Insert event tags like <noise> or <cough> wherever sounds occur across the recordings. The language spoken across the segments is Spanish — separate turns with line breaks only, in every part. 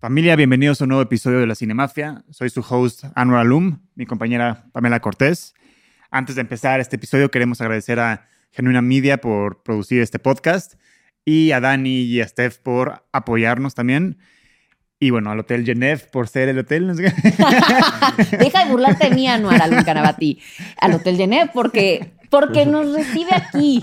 Familia, bienvenidos a un nuevo episodio de La Cinemafia. Soy su host, Anwar Alum, mi compañera Pamela Cortés. Antes de empezar este episodio, queremos agradecer a Genuina Media por producir este podcast y a Dani y a Steph por apoyarnos también. Y bueno, al Hotel Genève por ser el hotel. <laughs> no sé qué.
Deja de burlarte de mí, Anuar Alun Canabati, al Hotel Genève, porque, porque nos recibe aquí.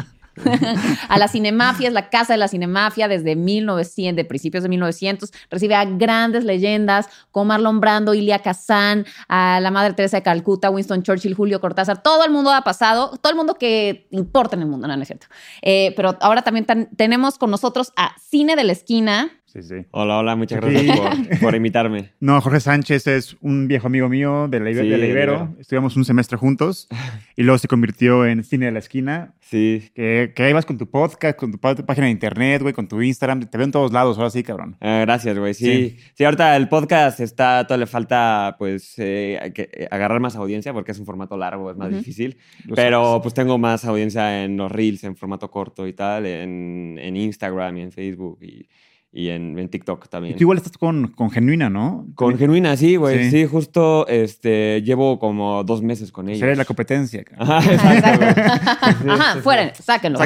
a la Cinemafia, es la casa de la Cinemafia desde 1900, de principios de 1900. Recibe a grandes leyendas como Marlon Brando, Ilia Kazan, a la Madre Teresa de Calcuta, Winston Churchill, Julio Cortázar. Todo el mundo ha pasado, todo el mundo que importa en el mundo, no, no es cierto. Eh, pero ahora también tan- tenemos con nosotros a Cine de la Esquina,
Sí, sí.
Hola, hola, muchas
Sí.
gracias por, por invitarme.
No, Jorge Sánchez es un viejo amigo mío de la, Ibe-
Sí,
de la
de
Ibero.
Ibero.
Estuvimos un semestre <laughs> juntos y luego se convirtió en Cine de la Esquina.
Sí,
Que, que ahí vas con tu podcast, con tu pa- página de internet, güey, con tu Instagram. Te veo en todos lados, ahora sí, cabrón.
eh, gracias, güey.
Sí.
Sí. sí, ahorita el podcast está, todavía le falta, pues, eh, que- eh, agarrar más audiencia porque es un formato largo, es más
Ujú.
difícil.
Lo
Pero
sabes.
pues tengo más audiencia en los reels, en formato corto y tal, en, en Instagram y en Facebook y, y en, en TikTok
Y
también.
tú igual estás con, con Genuina, ¿no?
Con Genuina, sí, güey.
Sí.
Sí. justo este, llevo como dos meses con ellos.
Eres la competencia. cabrón.
Ajá, <laughs> exacto, güey. Sí, sí,
Ajá,
sí.
fuera, sáquenlo.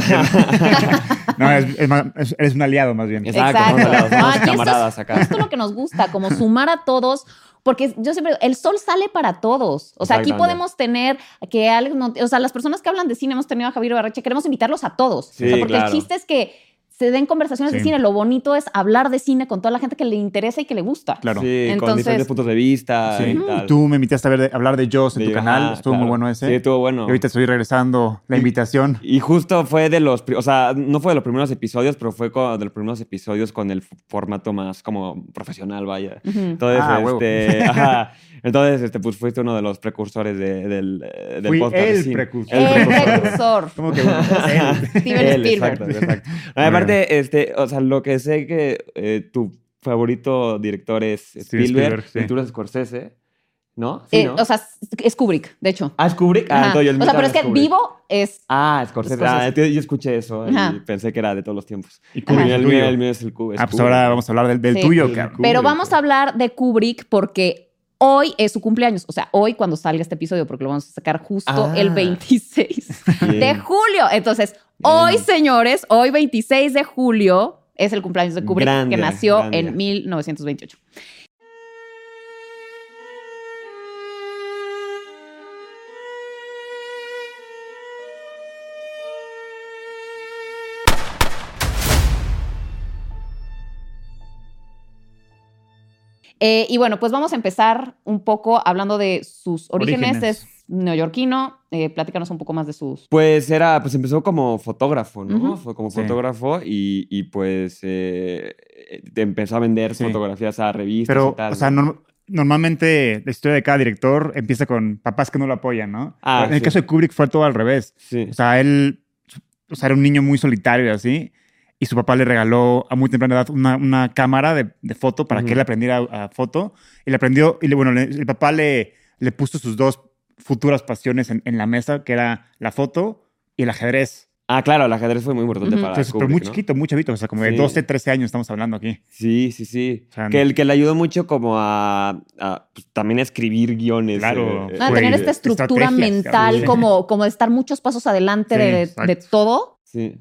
No, es, es más- es- eres un aliado más bien.
Exacto, somos aliados, somos
Ah, y eso es
camaradas acá. <laughs>
Justo lo que nos gusta, como sumar a todos. Porque yo siempre digo, el sol sale para todos. O sea, aquí
Exactamente.
podemos tener que algo, no- o sea, las personas que hablan de cine, hemos tenido a Javier Barreche, queremos invitarlos a todos. O sea,
Sí,
porque el
claro.
chiste es que se den conversaciones de
Sí.
cine. Lo bonito es hablar de cine con toda la gente que le interesa y que le gusta.
Claro.
Sí, con
Entonces-
diferentes puntos de vista
Sí.
y tal.
Tú me invitaste a, ver, a hablar de Joss en
Sí,
tu canal.
ajá,
Estuvo muy
ah, claro.
bueno ese.
Sí, estuvo
Y
bueno.
ahorita estoy regresando la
Y-
invitación.
Y justo fue de los, pri- o sea, no fue de los primeros episodios, pero fue co- de los primeros episodios con el f- formato más como profesional, vaya.
Ujú.
Entonces,
Ah, huevo. <laughs>
este, ajá. entonces, este, pues fuiste uno de los precursores de- del, eh, del
Fui
podcast.
el
sí.
precursor.
Eh, El
precursor.
precursor.
¿Cómo que
<laughs>
bueno? Él.
Steven Spielberg.
Él, exacto, exacto. No, y aparte, este, o sea, lo que sé que eh, tu favorito director es Spielberg,
Spielberg, sí.
Ventura Scorsese, ¿no?
Eh,
¿no?
O sea, es Kubrick, de hecho.
ah, es Kubrick. Ah,
Ajá.
entonces yo
o sea,
invitaba
pero
a
es que
Kubrick.
vivo es
Ah, Scorsese.
Scorsese.
Ah, yo, yo escuché eso
Ajá.
y pensé que era de todos los tiempos.
Y
El
Kubrick,
mío,
el
el
tuyo.
mío, el mío es el cubo.
Ah, pues ahora vamos a hablar del, del
Sí.
tuyo,
El
cabrón.
cu-
Pero
Kubrick,
vamos a
güey.
hablar de Kubrick porque hoy es su cumpleaños. O sea, hoy cuando salga este episodio, porque lo vamos a sacar justo
Ah.
el 26 de julio. Entonces,
Bien.
hoy, señores, hoy 26 de julio es el cumpleaños de Kubrick,
Grande,
que nació
grande.
en 1928. Eh, y bueno, pues vamos a empezar un poco hablando de sus orígenes.
Orígenes.
Es neoyorquino. Eh, platícanos un poco más de sus.
Pues era, pues empezó como fotógrafo, ¿no?
Ujú.
Fue como
Sí.
fotógrafo y, y pues eh, eh, empezó a vender
Sí.
fotografías a revistas
Pero,
y tal.
o sea,
¿no?
norm- normalmente la historia de cada director empieza con papás que no lo apoyan, ¿no?
Ah,
en el
sí.
caso de Kubrick fue todo al revés.
Sí.
O sea, él o sea, era un niño muy solitario y así. Y su papá le regaló a muy temprana edad una, una cámara de, de foto para que
Ujú.
él aprendiera a, a foto. Y le aprendió, y le- bueno, le- el papá le, le puso sus dos futuras pasiones en, en la mesa, que era la foto y el ajedrez.
Ah, claro, el ajedrez fue muy importante
Ujú.
para
Entonces, pero
Ah,
muy
Kubrick, ¿no?
chiquito, muy chavito, o sea, como de
Sí.
12, 13 años estamos hablando aquí.
Sí, sí, sí.
O sea,
que
Ah, no-
el que le ayudó mucho como a, a, pues, también a escribir guiones. eh,
Claro,
No, de
Eh, Güey,
tener este esta estructura
estrategias,
mental,
cabrón.
como, como de estar muchos pasos adelante
Sí,
de- de
exacto.
todo.
Sí.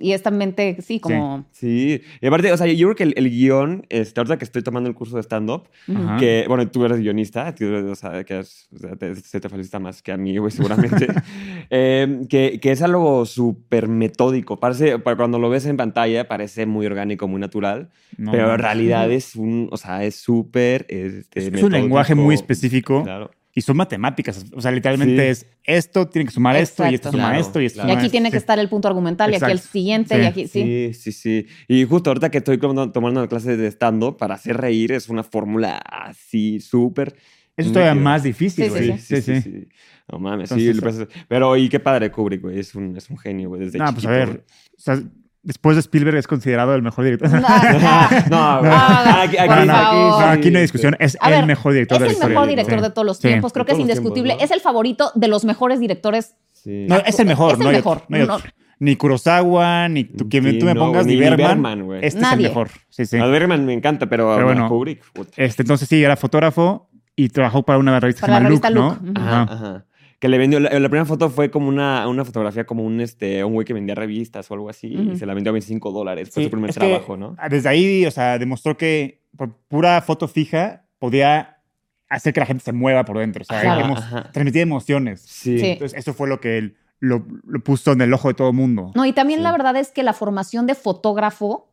y esta mente, sí, como...
Sí, y aparte, o sea, yo creo que el, el guión, este, ahorita que estoy tomando el curso de stand-up,
Ujú.
Ajá.
que, bueno, tú eres guionista, tú eres, o sea, que es- o sea, te- se te facilita más que a mí,
<laughs>
güey, seguramente, <laughs> Eh, que, que es algo súper metódico. Parece, pa- cuando lo ves en pantalla, parece muy orgánico, muy natural,
No,
pero
no.
en realidad es un, o sea, es súper este,
Es, es un
metódico.
lenguaje muy específico
Claro.
y son matemáticas. O sea, literalmente
Sí.
es esto tiene que sumar esto y esto
Exacto.
suma
Claro,
esto y esto
claro.
Y
suma
aquí
esto.
tiene que
Sí.
estar el punto argumental y aquí el
Exacto.
siguiente
Sí.
y aquí, sí.
Sí, sí, sí. Y justo ahorita que estoy como tomando una clase de stand-up, para hacer reír es una fórmula así súper
Eso es todavía
nítido.
más difícil,
Sí, sí,
güey.
Sí, sí, sí, sí. No mames, sí,
Entonces, eh,
lo pensé- Pero, y qué padre Kubrick, güey. Es un, es un genio, güey, <laughs> desde
No, pues
chiquito,
a ver. O sea, después de Spielberg es considerado el mejor director.
<laughs>
<laughs> No,
No, ah,
güey. No, güey.
Ah,
aquí,
por
aquí-
no,
favor.
no, aquí no hay
sí,
discusión. Es
A ver,
el mejor director
es
de la
el
historia.
mejor director
Sí.
de todos los
Sí.
tiempos. Creo
De
que es
todos los
indiscutible.
tiempos, ¿no?
Es el favorito de los mejores directores.
sí.
No, eh, es el mejor.
Es el
no hay
mejor,
otro, no hay
no.
otro. Ni Kurosawa, ni tú, quien
Sí,
tú me
no,
pongas,
güey,
ni,
ni
Bergman.
Bergman, güey.
este es el
Nadie.
mejor. Sí, sí.
A Bergman me encanta, pero,
Pero
a
bueno.
Kubrick. puta.
Este, entonces sí, era fotógrafo y trabajó para una revista
Para la
que se llama
revista
Look,
Look,
¿no?
Ajá,
Ajá.
ajá. Que le vendió, la, la primera foto fue como una, una fotografía como un, este, un güey que vendía revistas o algo así
Ujú.
y se la vendió a 25 dólares. Fue
Sí,
su primer
es que
trabajo, ¿no?
Desde ahí, o sea, demostró que por pura foto fija podía hacer que la gente se mueva por dentro. O sea,
Claro.
emo-
Ajá.
transmitía emociones.
Sí.
Sí.
Entonces, eso fue lo que él lo, lo puso en el ojo de todo el mundo.
No, y también
Sí.
la verdad es que la formación de fotógrafo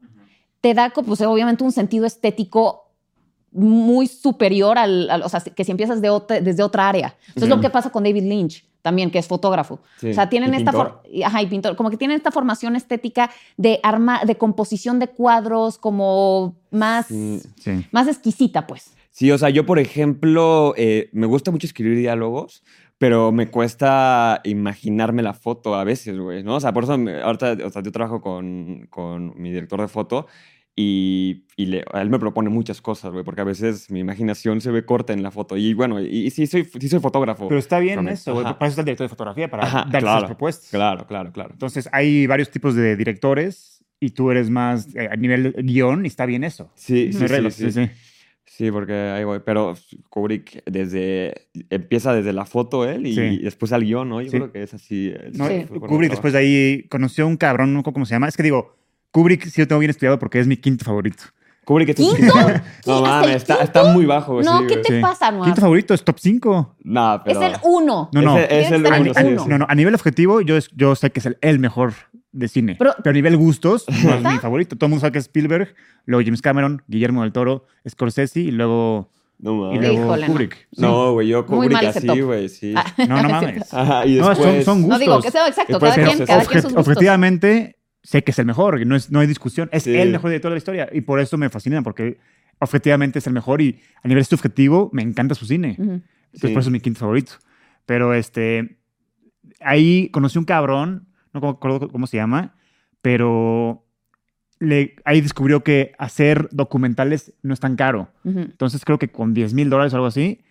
te da, co- pues obviamente, un sentido estético muy superior al, al- o sea, que si empiezas de otra- desde otra área. Eso es
Sí.
lo que pasa con David Lynch también, que es fotógrafo.
Sí.
O sea, tienen
Y
esta
pintor.
for- y- ajá, y pintor, como que tienen esta formación estética de arma, de composición de cuadros, como más,
Sí.
Sí.
más exquisita, pues.
Sí, o sea, yo, por ejemplo, eh, me gusta mucho escribir diálogos, pero me cuesta imaginarme la foto a veces, güey, ¿no? O sea, por eso me- ahorita, o sea, yo trabajo con, con mi director de foto y, y le- él me propone muchas cosas, güey, porque a veces mi imaginación se ve corta en la foto. Y bueno, y, y sí, soy, sí soy fotógrafo.
Pero está bien
Oh, Ajá.
eso, güey, para eso está el director de fotografía, para
Ajá,
dar esas
claro,
propuestas.
Claro, claro, claro.
Entonces, hay varios tipos de directores y tú eres más eh, a nivel guión y está bien eso.
Sí,
No
sí,
hay
sí,
reglas,
sí, sí. porque ahí voy. Pero Kubrick desde, empieza desde la foto él y,
Sí.
y después al guión, ¿no? Yo
Sí.
creo que es así. eh,
No,
Sí.
fue por
Kubrick
lo que
después de ahí conoció a un cabrón, no sé cómo se llama. Es que digo, Kubrick sí lo tengo bien estudiado porque es mi quinto favorito.
Kubrick es tu
¿Quinto?
quinto.
¿Qué?
<laughs> No
¿Hasta el
mames, está,
quinto?
está muy bajo.
no,
Pues sí,
¿qué
güey.
te
sí.
pasa, Noah?
Quinto favorito es top 5.
Nah, pero...
Es el uno.
No, no.
Ese- Es,
Tiene
el
que estar en
uno.
el uno.
sí, sí.
No, no, a nivel objetivo yo, es- yo sé que es el, el mejor de cine.
Pero-
Pero, a nivel gustos no es
¿Neta?
mi favorito. Todo el mundo sabe que es Spielberg, luego James Cameron, Guillermo del Toro, Scorsese y luego,
No
y
mames.
luego
Híjole, no. <laughs>
Kubrick. Sí.
No, güey, yo
Muy
Kubrick
mal ese
así,
top.
güey, sí.
Ah.
No, no mames.
Ajá, y
No, son-
después...
son
No digo que
Gustos.
sea exacto,
Después,
cada
pero
quien, cada quien sus
objet-
gustos.
objetivamente sé que es el mejor, no, es, no hay discusión. Es
Sí.
el mejor director de la historia y por eso me fascina, porque objetivamente es el mejor y a nivel subjetivo me encanta su cine.
Ujú.
Entonces,
Sí.
por eso es mi quinto favorito. Pero este, ahí conocí un cabrón, no me acuerdo cómo se llama, pero le, ahí descubrió que hacer documentales no es tan caro.
Ujú.
Entonces creo que con 10 mil dólares o algo así,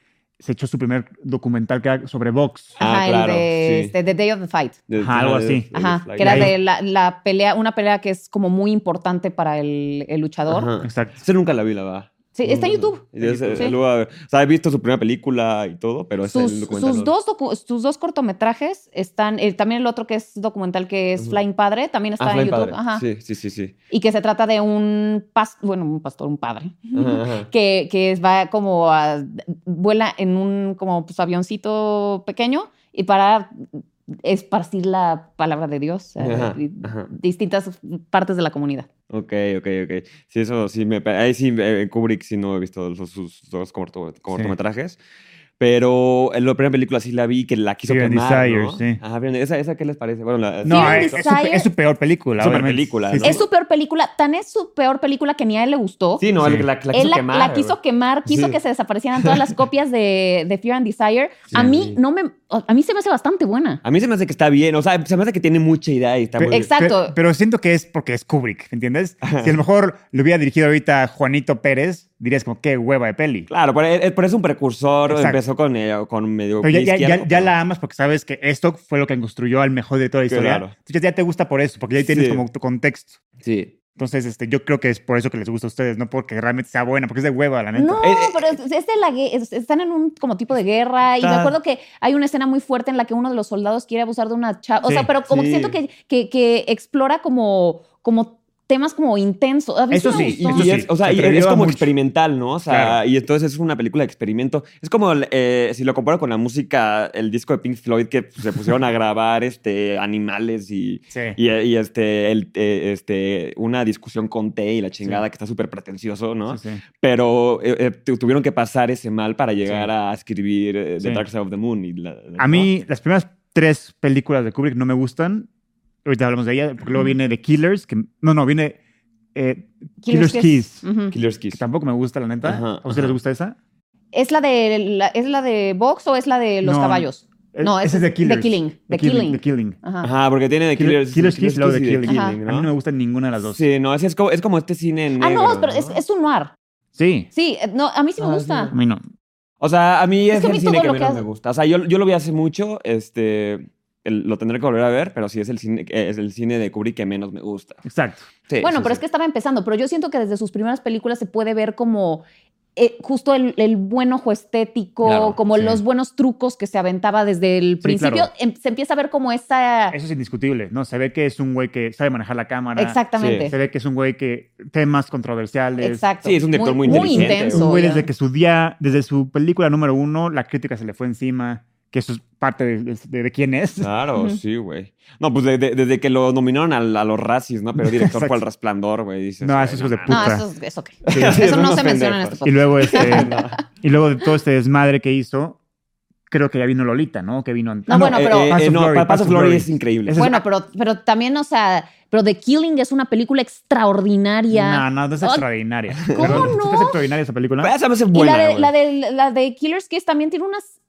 se echó su primer documental que era sobre box.
Ah,
Ajá,
claro,
el de
sí.
este, The Day of the Fight.
De-
Ajá, algo
de-
así.
de-
Ajá,
de-
que era
Day.
de la, la pelea, una pelea que es como muy importante para el, el luchador.
Ajá.
Exacto.
Ese nunca la vi, la verdad.
Sí, está en YouTube.
Y es-
Sí.
luego, a ver, o sea, he visto su primera película y todo, pero ese
Sus,
documental
sus
no.
dos docu- sus dos cortometrajes están, eh, también el otro que es documental que es
Ujú.
Flying Padre, también está
Ah,
en
Flying
YouTube.
Padre.
Ajá.
Sí, sí, sí, sí.
Y que se trata de un pas- bueno, un pastor, un padre,
Ajá, ajá.
que, que es- va como a, vuela en un como pues, avioncito pequeño y para esparcir la palabra de Dios a
Ajá,
di-
ajá.
distintas partes de la comunidad.
Ok, ok, ok. Sí, eso sí me... pa- Ahí sí, eh, Kubrick sí no he visto los- sus dos corto- cortometrajes. Pero en la primera película sí la vi, que la quiso
Fear and
quemar,
Desire,
¿no?
sí.
Ah, Fear and- ¿esa, ¿Esa qué les parece? Bueno, la,
No,
Fear and
es, es su,
Desire-
es su peor película.
Super
obviamente.
película, ¿no?
Es su peor película, tan es su peor película que ni a él le gustó.
Sí, no,
Sí.
el que la, la quiso
Él la,
quemar.
la quiso
güey.
quemar, quiso
Sí.
que se desaparecieran todas
<laughs>
las copias de, de Fear and Desire. A
Sí.
mí no me, a mí se me hace bastante buena.
A mí se me hace que está bien, o sea, se me hace que tiene mucha idea y está
Pe-
muy bien.
Exacto.
Pero, pero siento que es porque es Kubrick, ¿entiendes? Si a lo mejor le hubiera dirigido ahorita a Juanito Pérez, dirías como, qué hueva de peli.
Claro, eh, pero es, pero es un precursor,
Exacto.
empezó con, eh, con medio...
Pero ya, ya- ya-
izquierdo,
ya
pero-
la amas porque sabes que esto fue lo que construyó al mejor de toda la historia.
Claro.
Entonces ya te gusta por eso, porque ya tienes
Sí.
como tu contexto.
Sí.
Entonces, este, yo creo que es por eso que les gusta a ustedes, no porque realmente sea buena, porque es de hueva, la neta.
No,
Eh, eh,
pero es, es de la gue- es- están en un como tipo de guerra y me
Está-
acuerdo que hay una escena muy fuerte en la que uno de los soldados quiere abusar de una chava, o
Sí,
sea, pero como que
sí.
siento que, que, que explora como, como temas como intensos. A mí
Eso
me
sí,
Y,
gustó.
eso
y es,
sí,
o sea,
se
y es
atrevió a
como
mucho.
experimental, ¿no? O sea,
Claro.
y entonces es una película de experimento. Es como, eh, si lo comparo con la música, el disco de Pink Floyd que se pusieron a grabar este, animales y,
Sí.
y, y, este, el, eh, este, una discusión con T y la chingada que está súper pretencioso, ¿no?
Sí, sí.
Pero eh, eh, tu- tuvieron que pasar ese mal para llegar a escribir eh, The
Sí.
Dark Side of the Moon. y la-
A
Pues ¿no?
mí, las primeras tres películas de Kubrick no me gustan. Ahorita hablamos de ella, porque luego viene The Killers, que. No, no, viene eh, Killer's, Kiss,
Ujú.
Killer's Kiss.
que tampoco me gusta, la neta.
Ajá,
¿A ustedes
ajá.
les gusta esa?
¿Es la de la, es la de box o es la de los
No,
caballos? No,
esa
ese
Eh, es
es
The Killers.
The Killing,
The
The
Killing.
Killing.
The Killing.
Ajá.
Ajá, porque tiene de
Kill-
Killer's,
Killer's Kiss, luego The
y
Killing.
Ajá.
A mí no me gusta ninguna de las dos. Sí.
Sí, no, es, es, como, es como este cine
Ah,
negro.
no, pero es, es un noir. Sí, eh, no, a mí sí me
Ah,
gusta.
A mí no.
O sea, a mí
Es
es,
que a
el
mí
cine
todo
que
lo que
menos me
hace-
gusta. O sea, yo, yo lo vi hace mucho, este, el- lo tendré que volver a ver, pero sí es el cine, eh, es el cine de Kubrick que menos me gusta.
Exacto.
Sí,
Bueno,
sí,
pero
sí.
es que estaba empezando, pero yo siento que desde sus primeras películas se puede ver como eh, justo el, el buen ojo estético,
Claro,
como
sí.
los buenos trucos que se aventaba desde el principio.
claro.
Em- se empieza a ver como esa...
Eso es indiscutible, ¿no? Se ve que es un güey que sabe manejar la cámara.
Exactamente.
Se ve que es un güey que temas controversiales.
Exacto.
Sí, es un director muy inteligente,
Es
intenso.
un güey
ya.
desde que su día, desde su película número uno, la crítica se le fue encima, que eso es parte de, de- de quién es.
Claro,
Ujú.
sí, güey. No, pues de- de- desde que lo nominaron al- a, los Razzies, ¿no? Pero director fue al resplandor, güey. dices,
No,
güey,
esos hijos de
No,
puta.
eso, es- eso, qué.
Sí.
Sí,
eso
son
no
unos
se menciona en este
pendejos.
Y
podcast.
luego, este,
No.
y luego de todo este desmadre que hizo, creo que ya vino Lolita, ¿no? Que vino antes.
No, bueno, pero-
Eh, eh,
Pass of
no,
Glory,
Pa- Pass of Glory es ah. increíble.
Ese-
Bueno, pero, pero también, o sea, pero The Killing es una película extraordinaria.
No, no, no es
Ay,
extraordinaria.
¿cómo
Perdón,
no?
¿Es extraordinaria esa película?
Esa me hace
y la,
buena,
de,
güey.
la, de, la de Killer's Kiss también tiene unas...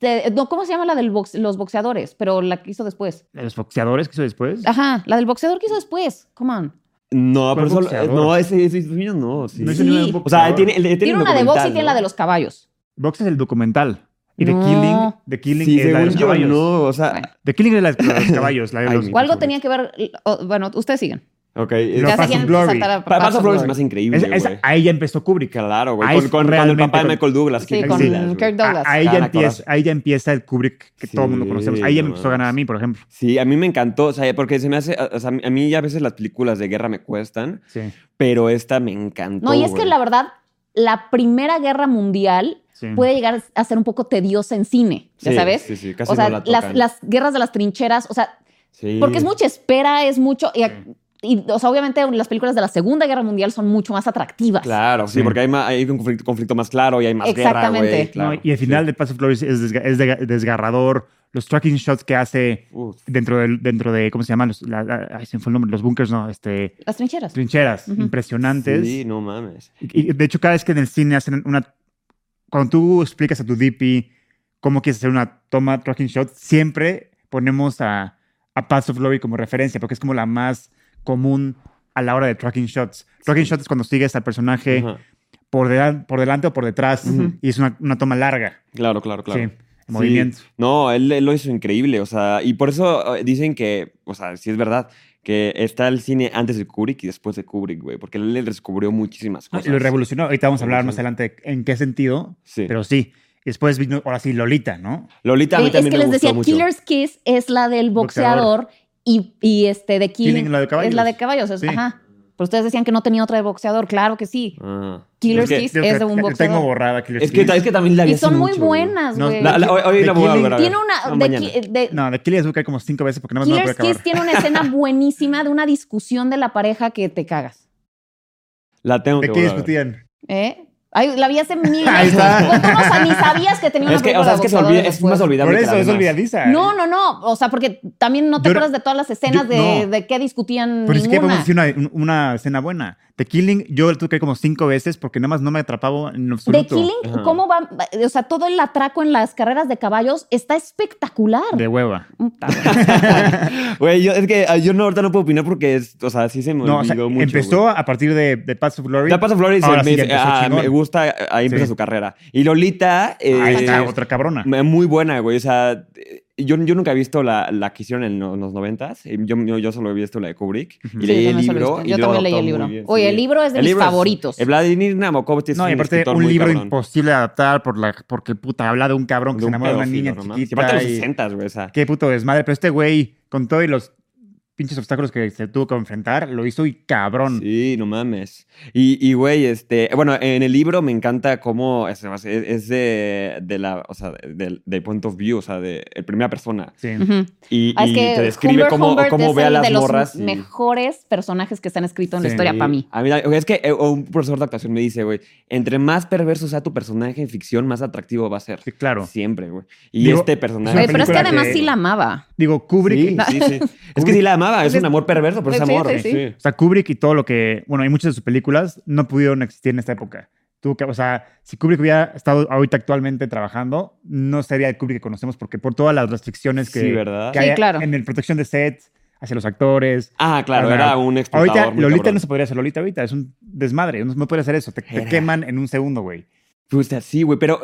de- no, ¿Cómo se llama la de los boxeadores? Pero la que hizo después.
¿De los boxeadores que hizo después?
Ajá, la del boxeador
Mm.
que hizo después. Come on.
No, pero
¿Cuál
solo, eh,
boxeador?
no, ese, ese es mío, no. Sí.
No es
Sí.
el de un
O sea,
boxeador.
tiene, él- él
Tiene,
un
una de box y
documental,
tiene
¿no?
la de los caballos.
Box es el documental. Y The
No.
Killing, The Killing
eh,
Sí,
es la de
según
los
yo,
caballos.
no. O sea,
Bueno.
The Killing es la de
<laughs>
los caballos, la de
Ay,
los...
mi-
O algo
favorito.
tenía que ver. o- bueno, ustedes siguen.
ok.
Pero
Ya
es-
se
Pass of
quieren
Glory.
saltar a
Pa- Pass of Glory es
Glory.
más increíble,
Esa- esa-
güey.
ahí ya empezó Kubrick.
Claro, güey.
Ahí
Con,
es
con- con el
realmente
papá de
con-
Michael Douglas.
Sí,
que-
con
sí.
Kirk
güey.
Douglas.
A- Ahí ya,
Cada
empieza,
corazón.
ahí ya empieza el Kubrick que
Ah, Sí,
todo el mundo conocemos. Ahí ya me
no
empezó a ganar a mí, por ejemplo.
Sí, a mí me encantó, o sea, porque se me hace, o sea, a mí ya a veces las películas de guerra me cuestan,
Sí,
pero esta me encantó.
No, y es
güey.
que la verdad, la Primera Guerra Mundial
sí.
puede llegar a ser un poco tediosa en cine, ya
Mm. Sí,
sabes.
Sí, sí, casi
o sea,
no la
las,
tocan.
las guerras de las trincheras, o sea,
Sí.
porque es mucha espera, es mucho. Y,
Sí.
y, o sea, obviamente las películas de la Segunda Guerra Mundial son mucho más atractivas.
Claro, sí,
Sí.
porque hay, ma- hay un conflicto, conflicto más claro y hay más guerra, güey.
Exactamente.
Claro,
No, y el final de Pass of Glory es, desga- es de- desgarrador. Los tracking shots que hace
sí. Uf.
dentro de, dentro de ¿cómo se llaman? Los, la- la- ay, se me fue el nombre. Los bunkers, no. Este,
Las trincheras.
trincheras
Ujú.
impresionantes.
Sí, no mames.
Y, y, de hecho, cada vez que en el cine hacen una... Cuando tú explicas a tu DP cómo quieres hacer una toma tracking shot, siempre ponemos a, a Pass of Glory como referencia, porque es como la más común a la hora de tracking shots. Tracking shots es cuando sigues al personaje
Ajá.
por, delan- por delante o por detrás
Ujú.
y es una, una toma larga.
Claro, claro, claro.
Sí, en movimiento.
No, él, él lo hizo increíble, o sea, y por eso eh, dicen que, o sea, sí es verdad, que está el cine antes de Kubrick y después de Kubrick, güey, porque él le descubrió muchísimas
Ah,
cosas.
y lo revolucionó. Ahorita vamos a hablar más
Revolucionó.
adelante en qué sentido,
Sí.
pero sí. Y después vino, ahora sí, Lolita, ¿no?
Lolita a mí
Eh, es
también
que
me
les
gustó
decía,
mucho.
Killer's Kiss es la del
Boxeador.
boxeador, y, y este de Killing,
Killing la de caballos.
es la de caballos. es-
Sí.
Ajá. Pero ustedes decían que no tenía otra de boxeador. Claro que sí.
Ah.
Killer's
que-
Kiss
digo que
es de
la
un
Tengo
boxeador.
borrada Killer's
Es que,
Kiss.
es que también la vi
Y
hace
son muy
mucho, güey.
buenas,
No,
güey.
La- la- hoy hoy
The
la voy a
Killing
ver.
Tiene una.
No,
de
mañana.
Ki- de-
No, de Killer's voy a caer como cinco veces porque nada más no me voy a
Killer's
acabar.
Kiss tiene una
<laughs>
escena buenísima de una discusión de la pareja que te cagas.
La tengo
¿De
que
qué
volver a ver.
discutían?
¿Eh? Ay, la vi hace mil
Ahí está.
Pues, tú no sab- ni sabías que tenía una
Es que, o
película
sea, es que
de
se olvida- eh.
boxeadores
es más
después.
olvidable.
Por
que
eso,
la
es
demás.
olvidadiza.
No, no, no. O sea, porque también no te
Yo-
acuerdas de todas las escenas
yo-
de,
no.
de qué discutían
Pero ni siquiera podemos
ninguna.
decir una, un- una escena buena. The Killing, yo la tuve que ver como cinco veces porque nada más no me atrapaba en absoluto.
The Killing,
Ajá.
¿cómo va? O sea, todo el atraco en las carreras de caballos está espectacular.
De hueva.
Puta.
Güey, yo, es que ah, yo no, ahorita no puedo opinar porque, es, o sea, sí se me olvidó
No, o sea,
mucho.
empezó a partir de, de Paths of Glory.
La Paz Flores
Ahora sí
me,
ya empezó
ah,
chingón.
me gusta, ahí empieza
Sí.
su carrera. Y Lolita, eh,
Ahí está otra cabrona.
me- muy buena, güey. O sea, eh, yo, yo nunca he visto la, la que hicieron en los noventas. Eh, Yo, yo, yo solo he visto la de Kubrick.
Ujú.
Y
Sí,
leí
yo
el
también solo he
libro.
visto.
y
Yo
lo
también leí el
adoptó muy
libro.
bien,
Oye,
sí.
el libro es de mis
libro
favoritos.
eh, Vladimir Nabokov es
No, y
un
aparte,
escritor
un
muy
libro
cabrón.
imposible de adaptar por la, porque puta, habla de un cabrón que
De
se
un
enamora de una
pedófilo,
niña
no mames. Y
chiquita.
aparte de los
y-
60, güey. O sea,
Qué puto desmadre. Pero este güey, con todo y los pinches obstáculos que se tuvo que enfrentar, lo hizo y cabrón.
Sí, no mames. Y, y, güey, este, bueno, en el libro me encanta cómo es, es- es de, de la, o sea, del, del point of view, o sea, de, de primera persona.
Sí.
Ujú.
Y,
Ah,
y
es que
te describe
Humbert
cómo,
Humbert
cómo
es
ve a
el
las
de los
morras. y-
mejores personajes que están escritos en la
Sí.
historia para mí.
A mí, la- es que eh, un profesor de actuación me dice, güey, entre más perverso sea tu personaje en ficción, más atractivo va a ser.
Sí, claro.
Siempre, güey. Y
Digo,
este
es
personaje.
una
Oye, pero es que
película
además
que-
sí la amaba.
Digo, Kubrick.
Sí, sí, sí.
<laughs>
es que sí la amaba, es un amor perverso, pero es
Sí, sí,
amor.
sí.
O sea, Kubrick y todo lo que. Bueno, hay muchas de sus películas no pudieron existir en esta época. Tuvo que, o sea, si Kubrick hubiera estado ahorita actualmente trabajando, no sería el Kubrick que conocemos porque por todas las restricciones que,
Sí, ¿verdad?
que
Sí,
hay
claro.
en el protección de set, hacia los actores.
Ah, claro,
O sea,
era un explotador.
Ahorita,
muy
Lolita
cabrón.
no se podría hacer Lolita ahorita, es un desmadre, no, no puede hacer eso, te, te
Era.
queman en un segundo, güey.
Pues así, güey, pero.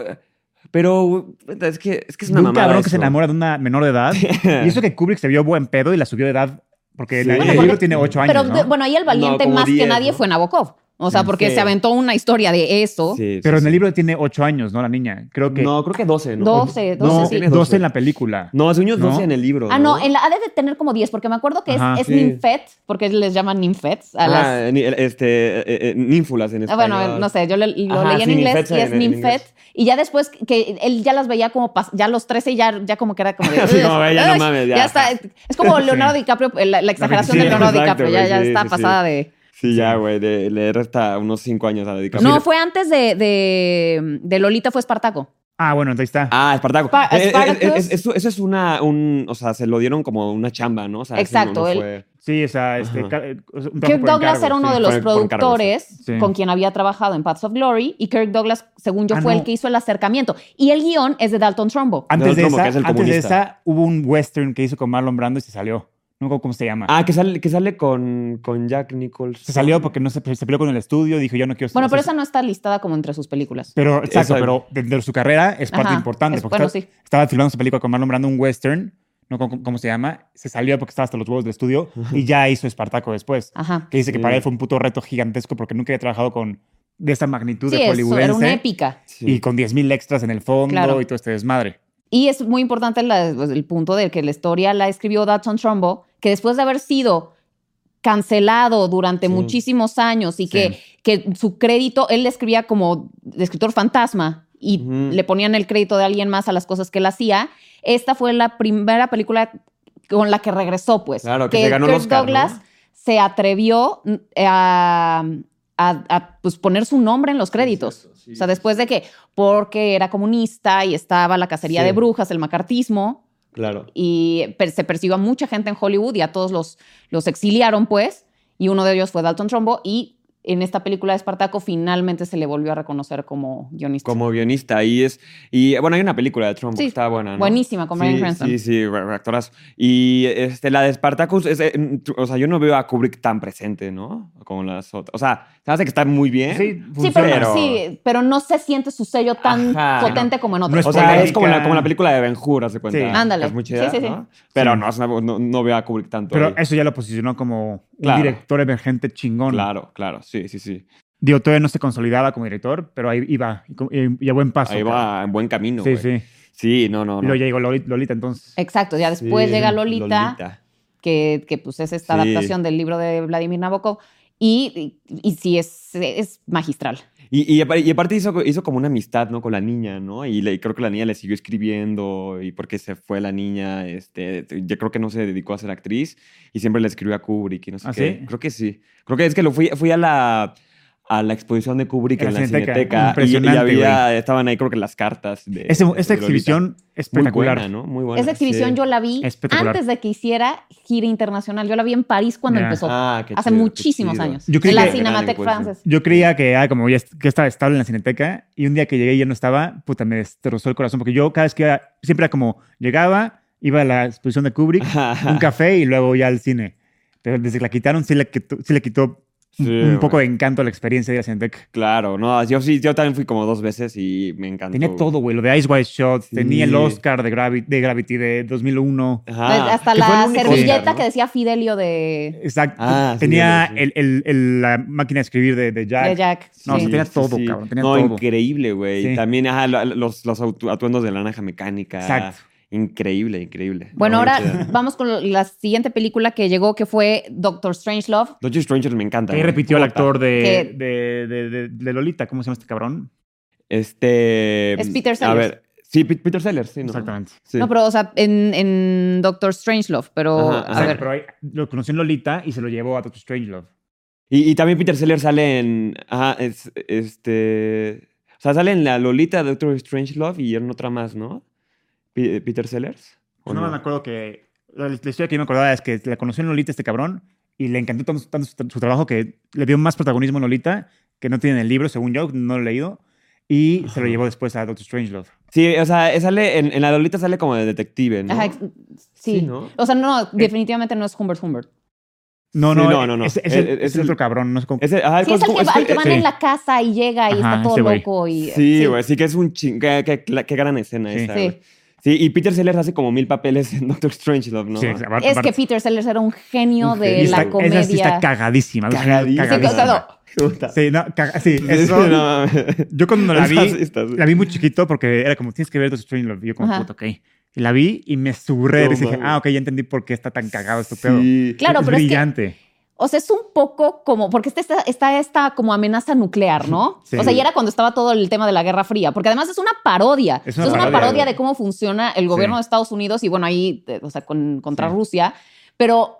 Pero, güey, puta, es que es, que es
De
una
Un
mamada.
cabrón que se
eso.
enamora de una menor de
<laughs>
edad. y eso que Kubrick se vio buen pedo y la subió de edad, porque
Sí.
el
Bueno,
libro
porque-
tiene ocho años,
Pero
¿no?
de- bueno, ahí el valiente
como
más que
10,
nadie
¿no?
fue Nabokov. O sea,
Sí.
porque
Sí.
se aventó una historia de eso.
Sí, sí,
Pero en
sí.
el libro tiene ocho años, ¿no? La niña. Creo que.
No, creo que 12, ¿no?
12, 12,
no,
sí.
12 en la película.
No, según yo es
¿No?
12 en el libro.
Ah, no, en la, ha de tener como 10, porque me acuerdo que es,
Ajá,
es
sí.
ninfet, porque les llaman ninfets a las...
Ah, ni- el- este, eh, eh, ninfulas en
Ah,
español.
bueno, no sé, yo le- lo
Ajá,
leí en
sí,
inglés
ninfets
y es
en- en
ninfet.
inglés.
Y ya después que él ya las veía como, pas- ya a los 13 ya, ya como que era como de...
<laughs> Sí, como,
"Ugh,
ya
<laughs>
no
ugh".
mames, ya.
está, es
<laughs>
como Leonardo
Sí.
DiCaprio, eh, la, la exageración
Sí,
de Leonardo
exacto,
DiCaprio, ya,
güey,
ya
sí,
está
sí, sí.
pasada de...
Sí, ya, güey, de- le resta unos 5 años a dedicarme.
No, fue antes de, de, de Lolita, fue Espartaco.
Ah, bueno, entonces está.
Ah, Espartaco.
Pa-
Eh, eh,
Spartacus.
eh, es- eso, eso es una, un, o sea, se lo dieron como una chamba, ¿no? O sea, eso
Exacto,
no
él-
fue-
Sí, o sea, este.
Ajá.
ca- eh, o sea, un trabajo
Kirk
por
Douglas
encargo,
era uno
sí.
de los
Por- por encargo,
productores
sí.
con quien había trabajado en Paths of Glory y Kirk Douglas, según yo,
Ah,
fue
no.
el que hizo el acercamiento. Y el guión es de Dalton Trumbo.
Antes de,
Donald Trumbo,
esa,
que es el
antes de
comunista.
esa, hubo un western que hizo con Marlon Brando y se salió. No me acuerdo cómo se llama.
Ah, que sale, que sale con, con Jack Nicholson.
Se salió porque no se, se peleó con el estudio, dijo yo no quiero
Bueno,
hacer
pero
eso".
esa no está listada como entre sus películas.
Pero, exacto,
Exacto.
pero dentro de su carrera es parte
Ajá,
importante.
es-
porque
bueno,
está-
sí.
Estaba filmando su película con Marlon Brando, un western, no sé cómo se llama, se salió porque estaba hasta los huevos del estudio y ya hizo Espartaco después.
Ajá.
Que dice que
Sí.
para él fue un puto reto gigantesco porque nunca había trabajado con de esa magnitud
Sí,
de
eso, era una
hollywoodense
épica.
Sí.
y con 10.000 extras en el fondo
Claro.
y todo este desmadre.
Y es muy importante la- pues, el punto de que la historia la escribió Dalton Trumbo, que después de haber sido cancelado durante
Sí.
muchísimos años y que, que su crédito, él le escribía como de escritor fantasma y
Ujú.
le ponían el crédito de alguien más a las cosas que él hacía, esta fue la primera película con la que regresó, pues.
Claro, que se ganó el
Kirk
Oscar, ¿no?
Douglas se atrevió mm, a, a- a, pues, poner su nombre en los créditos. o sea, después de que, porque era comunista y estaba la cacería
Sí.
de brujas, el macartismo,
Claro.
y per- se persiguió a mucha gente en Hollywood y a todos los, los exiliaron, pues, y uno de ellos fue Dalton Trumbo, y en esta película de Espartaco finalmente se le volvió a reconocer como guionista.
Como guionista. Y es. Y bueno, hay una película de Trump
Sí,
que está buena, ¿no?
Buenísima, con Bryan
sí,
Cranston.
Sí, sí, re- re- actorazo. Y este, la de Spartacus, es, eh, mm, tr- o sea, yo no veo a Kubrick tan presente, ¿no? Como las otras. O sea, se me hace que está muy bien.
Sí,
Sí
funciona.
pero,
Pero-
sí, pero no se siente su sello tan
Ajá.
potente como en
No
otros.
O sea,
Polémica.
es como la, como la película de Ben Hur, hace cuenta.
Sí.
Ándale.
que Es muy chida,
Sí, sí, sí.
¿no? Pero
Sí.
no, es una- no, no veo a Kubrick tanto.
Pero
ahí.
eso ya lo posicionó como
Claro.
un director emergente chingón.
Claro, claro, sí, sí, sí.
Digo, todavía no se consolidaba como director, pero ahí iba, y, co- y- y a buen paso.
Ahí
cabrón.
va en buen camino,
Sí,
güey.
sí.
Sí, no, no,
Y
no.
luego ya llegó Loli- Lolita entonces.
Exacto, ya después
Sí.
llega Lolita,
Lolita.
Que, que pues es esta
Sí.
adaptación del libro de Vladimir Nabokov, y, y, y sí es, es magistral.
Y, y, apar- y aparte hizo, hizo como una amistad, ¿no? Con la niña, ¿no? Y le- creo que la niña le siguió escribiendo y porque se fue la niña, este, yo creo que no se dedicó a ser actriz y siempre le escribió a Kubrick y no sé
¿Ah,
qué.
sí?
Creo que sí. Creo que es que lo fui, fui a la a la exposición de Kubrick
En
en,
la
la
Cineteca.
Cineteca, y, y
Impresionante,
había, estaban ahí creo que las cartas de,
Ese-
de
esta
Lolita.
exhibición
muy
espectacular.
buena, ¿no? Muy buena.
Esa exhibición
sí.
yo la vi
Espectacular.
antes de que hiciera gira internacional. Yo la vi en París cuando
Ya.
empezó.
Ah, qué
hace
chido, qué
muchísimos
chido. pues.
años.
Yo creo
en la
que-
Cinémathèque
Gran <laughs>
Francesa.
Yo creía que, ah, como ya est- que estaba estable en la cineteca, y un día que llegué y ya no estaba, puta, me destrozó el corazón, porque yo cada vez que iba, siempre era como, llegaba, iba a la exposición de Kubrick, un café y luego ya al cine. Pero desde que la quitaron, sí le quitó, sí le quitó
Sí,
un poco
güey.
de encanto a la experiencia de ir a Cinetec.
Claro, no, yo sí, yo también fui como dos veces y me encantó.
Tenía
güey.
todo, güey. Lo de Ice White Shot,
Sí.
tenía el Oscar de, Gravi- de Gravity de 2001.
Pues
Ajá,
hasta
Ah, que fue el
la
único
servilleta
Oscar, ¿no?
que decía Fidelio de,
Exacto.
Ah, sí,
tenía
sí, sí.
El, el- el- la máquina de escribir de, de Jack.
de Jack.
No,
sí.
sí, tenía todo, cabrón, tenía
no,
todo.
increíble, güey.
Sí.
También, ajá, lo- los, los autu- atuendos de la naranja mecánica.
Exacto.
Increíble, increíble.
Bueno,
No,
ahora
mucha-
vamos con la siguiente película que llegó, que fue Doctor Strangelove.
Doctor Stranger me encanta.
Ahí
güey.
repitió el
Puta.
actor de,
Que-
de, de- de- de Lolita. ¿Cómo se llama este cabrón?
Este.
Es Peter
A
Sellers.
ver. Sí, Pe- Peter Sellers, sí, ¿no?
Exactamente.
Sí.
No, pero, o sea, en, en Doctor Strangelove, pero
Ajá,
a
ajá.
Exacto,
ver.
pero ahí lo conoció en Lolita y se lo llevó a Doctor Strangelove.
Y, y también Peter Sellers sale en. Ajá, es- este. O sea, sale en la Lolita de Doctor Strangelove y en otra más, ¿no? Pe- Peter Sellers. ¿o
No, me acuerdo que. La, la historia que yo me acordaba es que la conoció en Lolita este cabrón y le encantó tanto, tanto su, su trabajo que le dio más protagonismo en Lolita que no tiene en el libro, según yo, no lo he leído. Y se lo llevó después a Doctor Strangelove.
Sí, o sea, sale en, en la Lolita sale como de detective, ¿no?
Ajá, ex- sí.
Sí, ¿no? Eh,
O sea, no, definitivamente no es Humbert Humbert.
No,
Sí,
no,
no, no, no.
Es, es
Eh,
el,
eh,
es
es
el
el-
otro cabrón. No sé cómo-
Ese- ajá,
Sí, es al
como-
que,
es-
al que van
es-
sí.
en la casa y llega y
Ajá,
está todo
ese güey.
loco. Y,
Sí, güey, sí que es un ching... Qué, qué- cla- qué gran escena
Sí.
esa,
Sí.
güey. Sí, y Peter Sellers hace como mil papeles en <laughs> Doctor Strangelove, ¿no?
Sí, aparte-
Es que
aparte-
Peter Sellers era un genio
Un
de
genio.
la
está- Esa sí está
comedia.
cagadísima.
Cagadísima.
Sí, o sea,
Puta.
Sí, no, caga- sí,
Sí,
eso-
no mames.
Yo cuando la vi,
Esa sí está-
la vi muy chiquito porque era como, tienes que ver Doctor Strangelove. Y yo como,
Ajá.
puta, ok. Y la vi y me surré.
No
y dije,
mames.
ah, ok, ya entendí por qué está tan cagado este pedo.
Sí.
Claro,
es
pero es que-
brillante.
O sea, es un poco como, porque este está esta, está esta como amenaza nuclear, ¿no?
<laughs> Sí.
O sea, y era cuando estaba todo el tema de la Guerra Fría, porque además es una parodia.
Es
Es
una
una, parodia,
parodia,
de cómo funciona el gobierno
Sí.
de Estados Unidos y bueno, ahí, eh, o sea, con- contra
Sí.
Rusia. Pero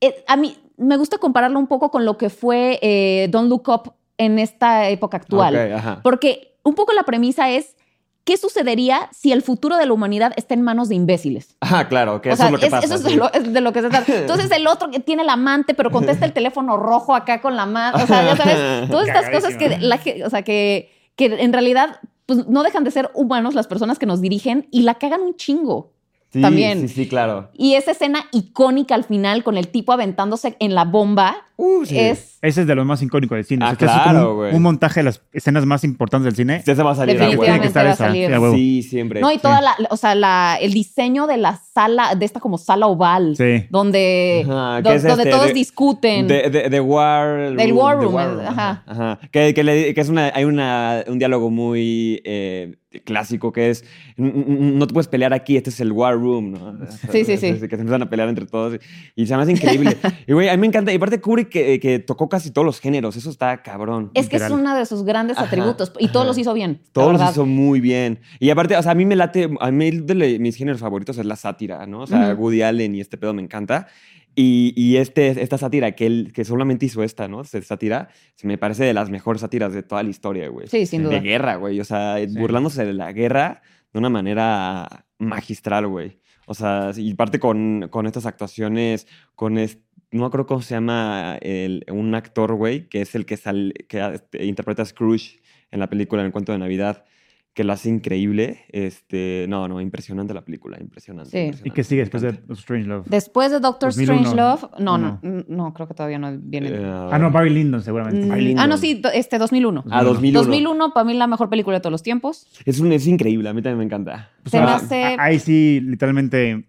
eh, a mí me gusta compararlo un poco con lo que fue eh, Don't Look Up en esta época actual.
Ok, ajá.
Porque un poco la premisa es, ¿qué sucedería si el futuro de la humanidad está en manos de imbéciles?
Ajá, claro, que
o
eso
sea,
es lo que
es-
pasa.
eso es
sí.
de lo, es de lo que se
<laughs>
trata. Entonces el otro que tiene la amante, pero contesta el teléfono rojo acá con la mano. O sea, ya
<laughs>
sabes, todas estas cosas que, la, ge- o sea, que, que en realidad pues, no dejan de ser humanos las personas que nos dirigen y la cagan un chingo.
Sí,
también.
Sí, sí, claro.
Y esa escena icónica al final con el tipo aventándose en la bomba
Uh, sí.
es...
Ese es de los más icónicos del cine.
Ah,
O sea, que eso es como
claro,
un-
güey.
un, montaje de las escenas más importantes del cine.
Ese va a salir a huevo.
Tiene que
Definitivamente
estar
va a
esa.
salir.
sí, a huevo.
Sí, siempre.
No, y toda la, o sea, la- el diseño de la sala, de esta como sala oval,
Sí.
donde,
Ajá,
do-
que es
donde
este,
todos
de-
discuten.
De, de, de War
Del War Room,
de
ajá.
ajá. Que, que le- que es una, hay una, un diálogo muy eh, clásico que es, "N- n- no te puedes pelear aquí, este es el War Room, ¿no?
Sí, sí, sí.
Que se empiezan a pelear entre todos y, y se me
<laughs>
hace increíble. y güey, a mí me encanta, y aparte Kubrick que, que tocó casi todos los géneros, eso está cabrón.
es que es
literal.
uno de sus grandes
Ajá,
atributos y todos
ajá.
los hizo bien. la
Todos los
verdad.
hizo muy bien. Y aparte, o sea, a mí me late, a mí de le- mis géneros favoritos es la sátira, ¿no? O sea,
Ujú.
Woody Allen y este pedo me encanta. Y, y este, esta sátira que él, que solamente hizo esta, ¿no? Esta sátira, se me parece de las mejores sátiras de toda la historia, güey.
Sí, sin
De
duda.
guerra, güey. O sea, burlándose de la guerra de una manera magistral, güey. O sea, y parte con, con estas actuaciones, con es- no me acuerdo cómo se llama el, un actor, güey, que es el que, sal, que este, interpreta a Scrooge en la película En el cuento de Navidad, que lo hace increíble. Este, no, no, impresionante la película, impresionante.
Sí.
¿Y
impresionante.
qué sigue
Me
después de
encanta.
Doctor Strangelove?
Después de Doctor
2001.
Strangelove, no, no,
No.
no, creo que todavía no viene.
Eh,
Ah, no, Barry Lyndon seguramente.
Mm,
Barry
ah,
Lyndon.
no, sí, do- este 2001.
Ah, 2001.
2001, para mí la mejor película de todos los tiempos.
Es, un, es increíble, a mí también me encanta.
Se me
Ah,
hace-
a- Ahí sí, literalmente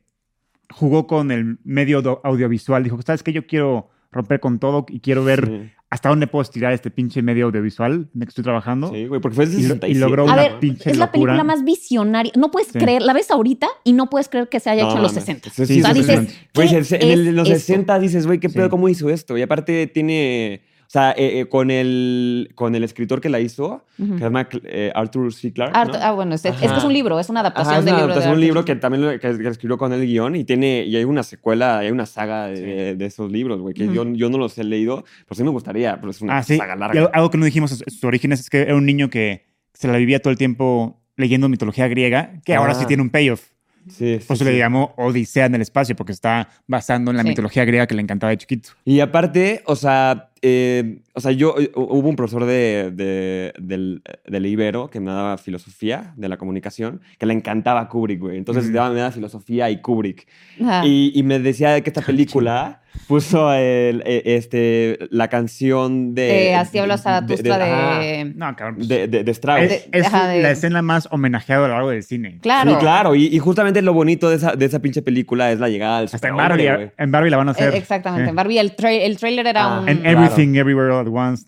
jugó con el medio do- audiovisual. Dijo, ¿sabes qué? Yo quiero romper con todo y quiero ver
Sí,
hasta dónde puedo estirar este pinche medio audiovisual en el que estoy trabajando.
sí, güey, porque fue
Y lo- y
desde 67.
logró
A
una
ver,
pinche
es la
locura.
película más visionaria. No puedes
Sí.
creer, la ves ahorita y no puedes creer que se haya
No,
hecho en los
mames.
60.
Sí,
sí,
o sea,
sí,
dices,
sí.
Güey,
¿qué
en, el- en
es
los
esto?
60 dices, güey, qué pedo,
Sí.
cómo hizo esto. Y aparte tiene, o sea, eh, eh, con, el, con el escritor que la hizo,
Ujú.
que se llama eh, Arthur C. Clarke.
Art-
¿no?
Ah, bueno, es, es que es
Ajá.
un libro, es una adaptación
Ajá, es
del
una
libro. de
adaptación de un
Arthur
libro
Sh-
que también lo- que, que escribió con el guión y tiene y hay una secuela, hay una saga de,
Sí.
de esos libros, güey, que
Ujú.
yo, yo no los he leído, pero sí me gustaría, pero es una
Ah, sí.
saga
Y algo,
larga.
algo que no dijimos, sus, sus orígenes, es que era un niño que se la vivía todo el tiempo leyendo mitología griega, que ahora
Ah.
sí tiene un payoff.
Sí, sí,
Por eso le
sí.
llamó Odisea en el espacio, porque está basando en la
Sí.
mitología griega que le encantaba de chiquito.
Y aparte, o sea, eh, eh, o sea, yo eh, hubo un profesor de, de- del, del Ibero que me daba filosofía de la comunicación, que le encantaba Kubrick, güey. Entonces
Ujú.
daba- me daba filosofía y Kubrick.
Ajá.
Y, y me decía que esta película puso el, eh, este, la canción de...
Eh, así habla Zaratustra de,
ajá,
No, cabrón. pues,
de, de- de Strauss.
es
de-
es
ajá, de-
la escena más homenajeada a lo largo del cine.
Claro.
Sí, claro. Y, y justamente lo bonito de esa, de esa pinche película es la llegada del
Hasta en
superhombre,
Barbie,
güey.
en Barbie la van a hacer.
Eh, Exactamente.
Eh.
Barbie, el, tra- el trailer era
Ah.
un.
En
Claro.
Everything, Everywhere, All at Once.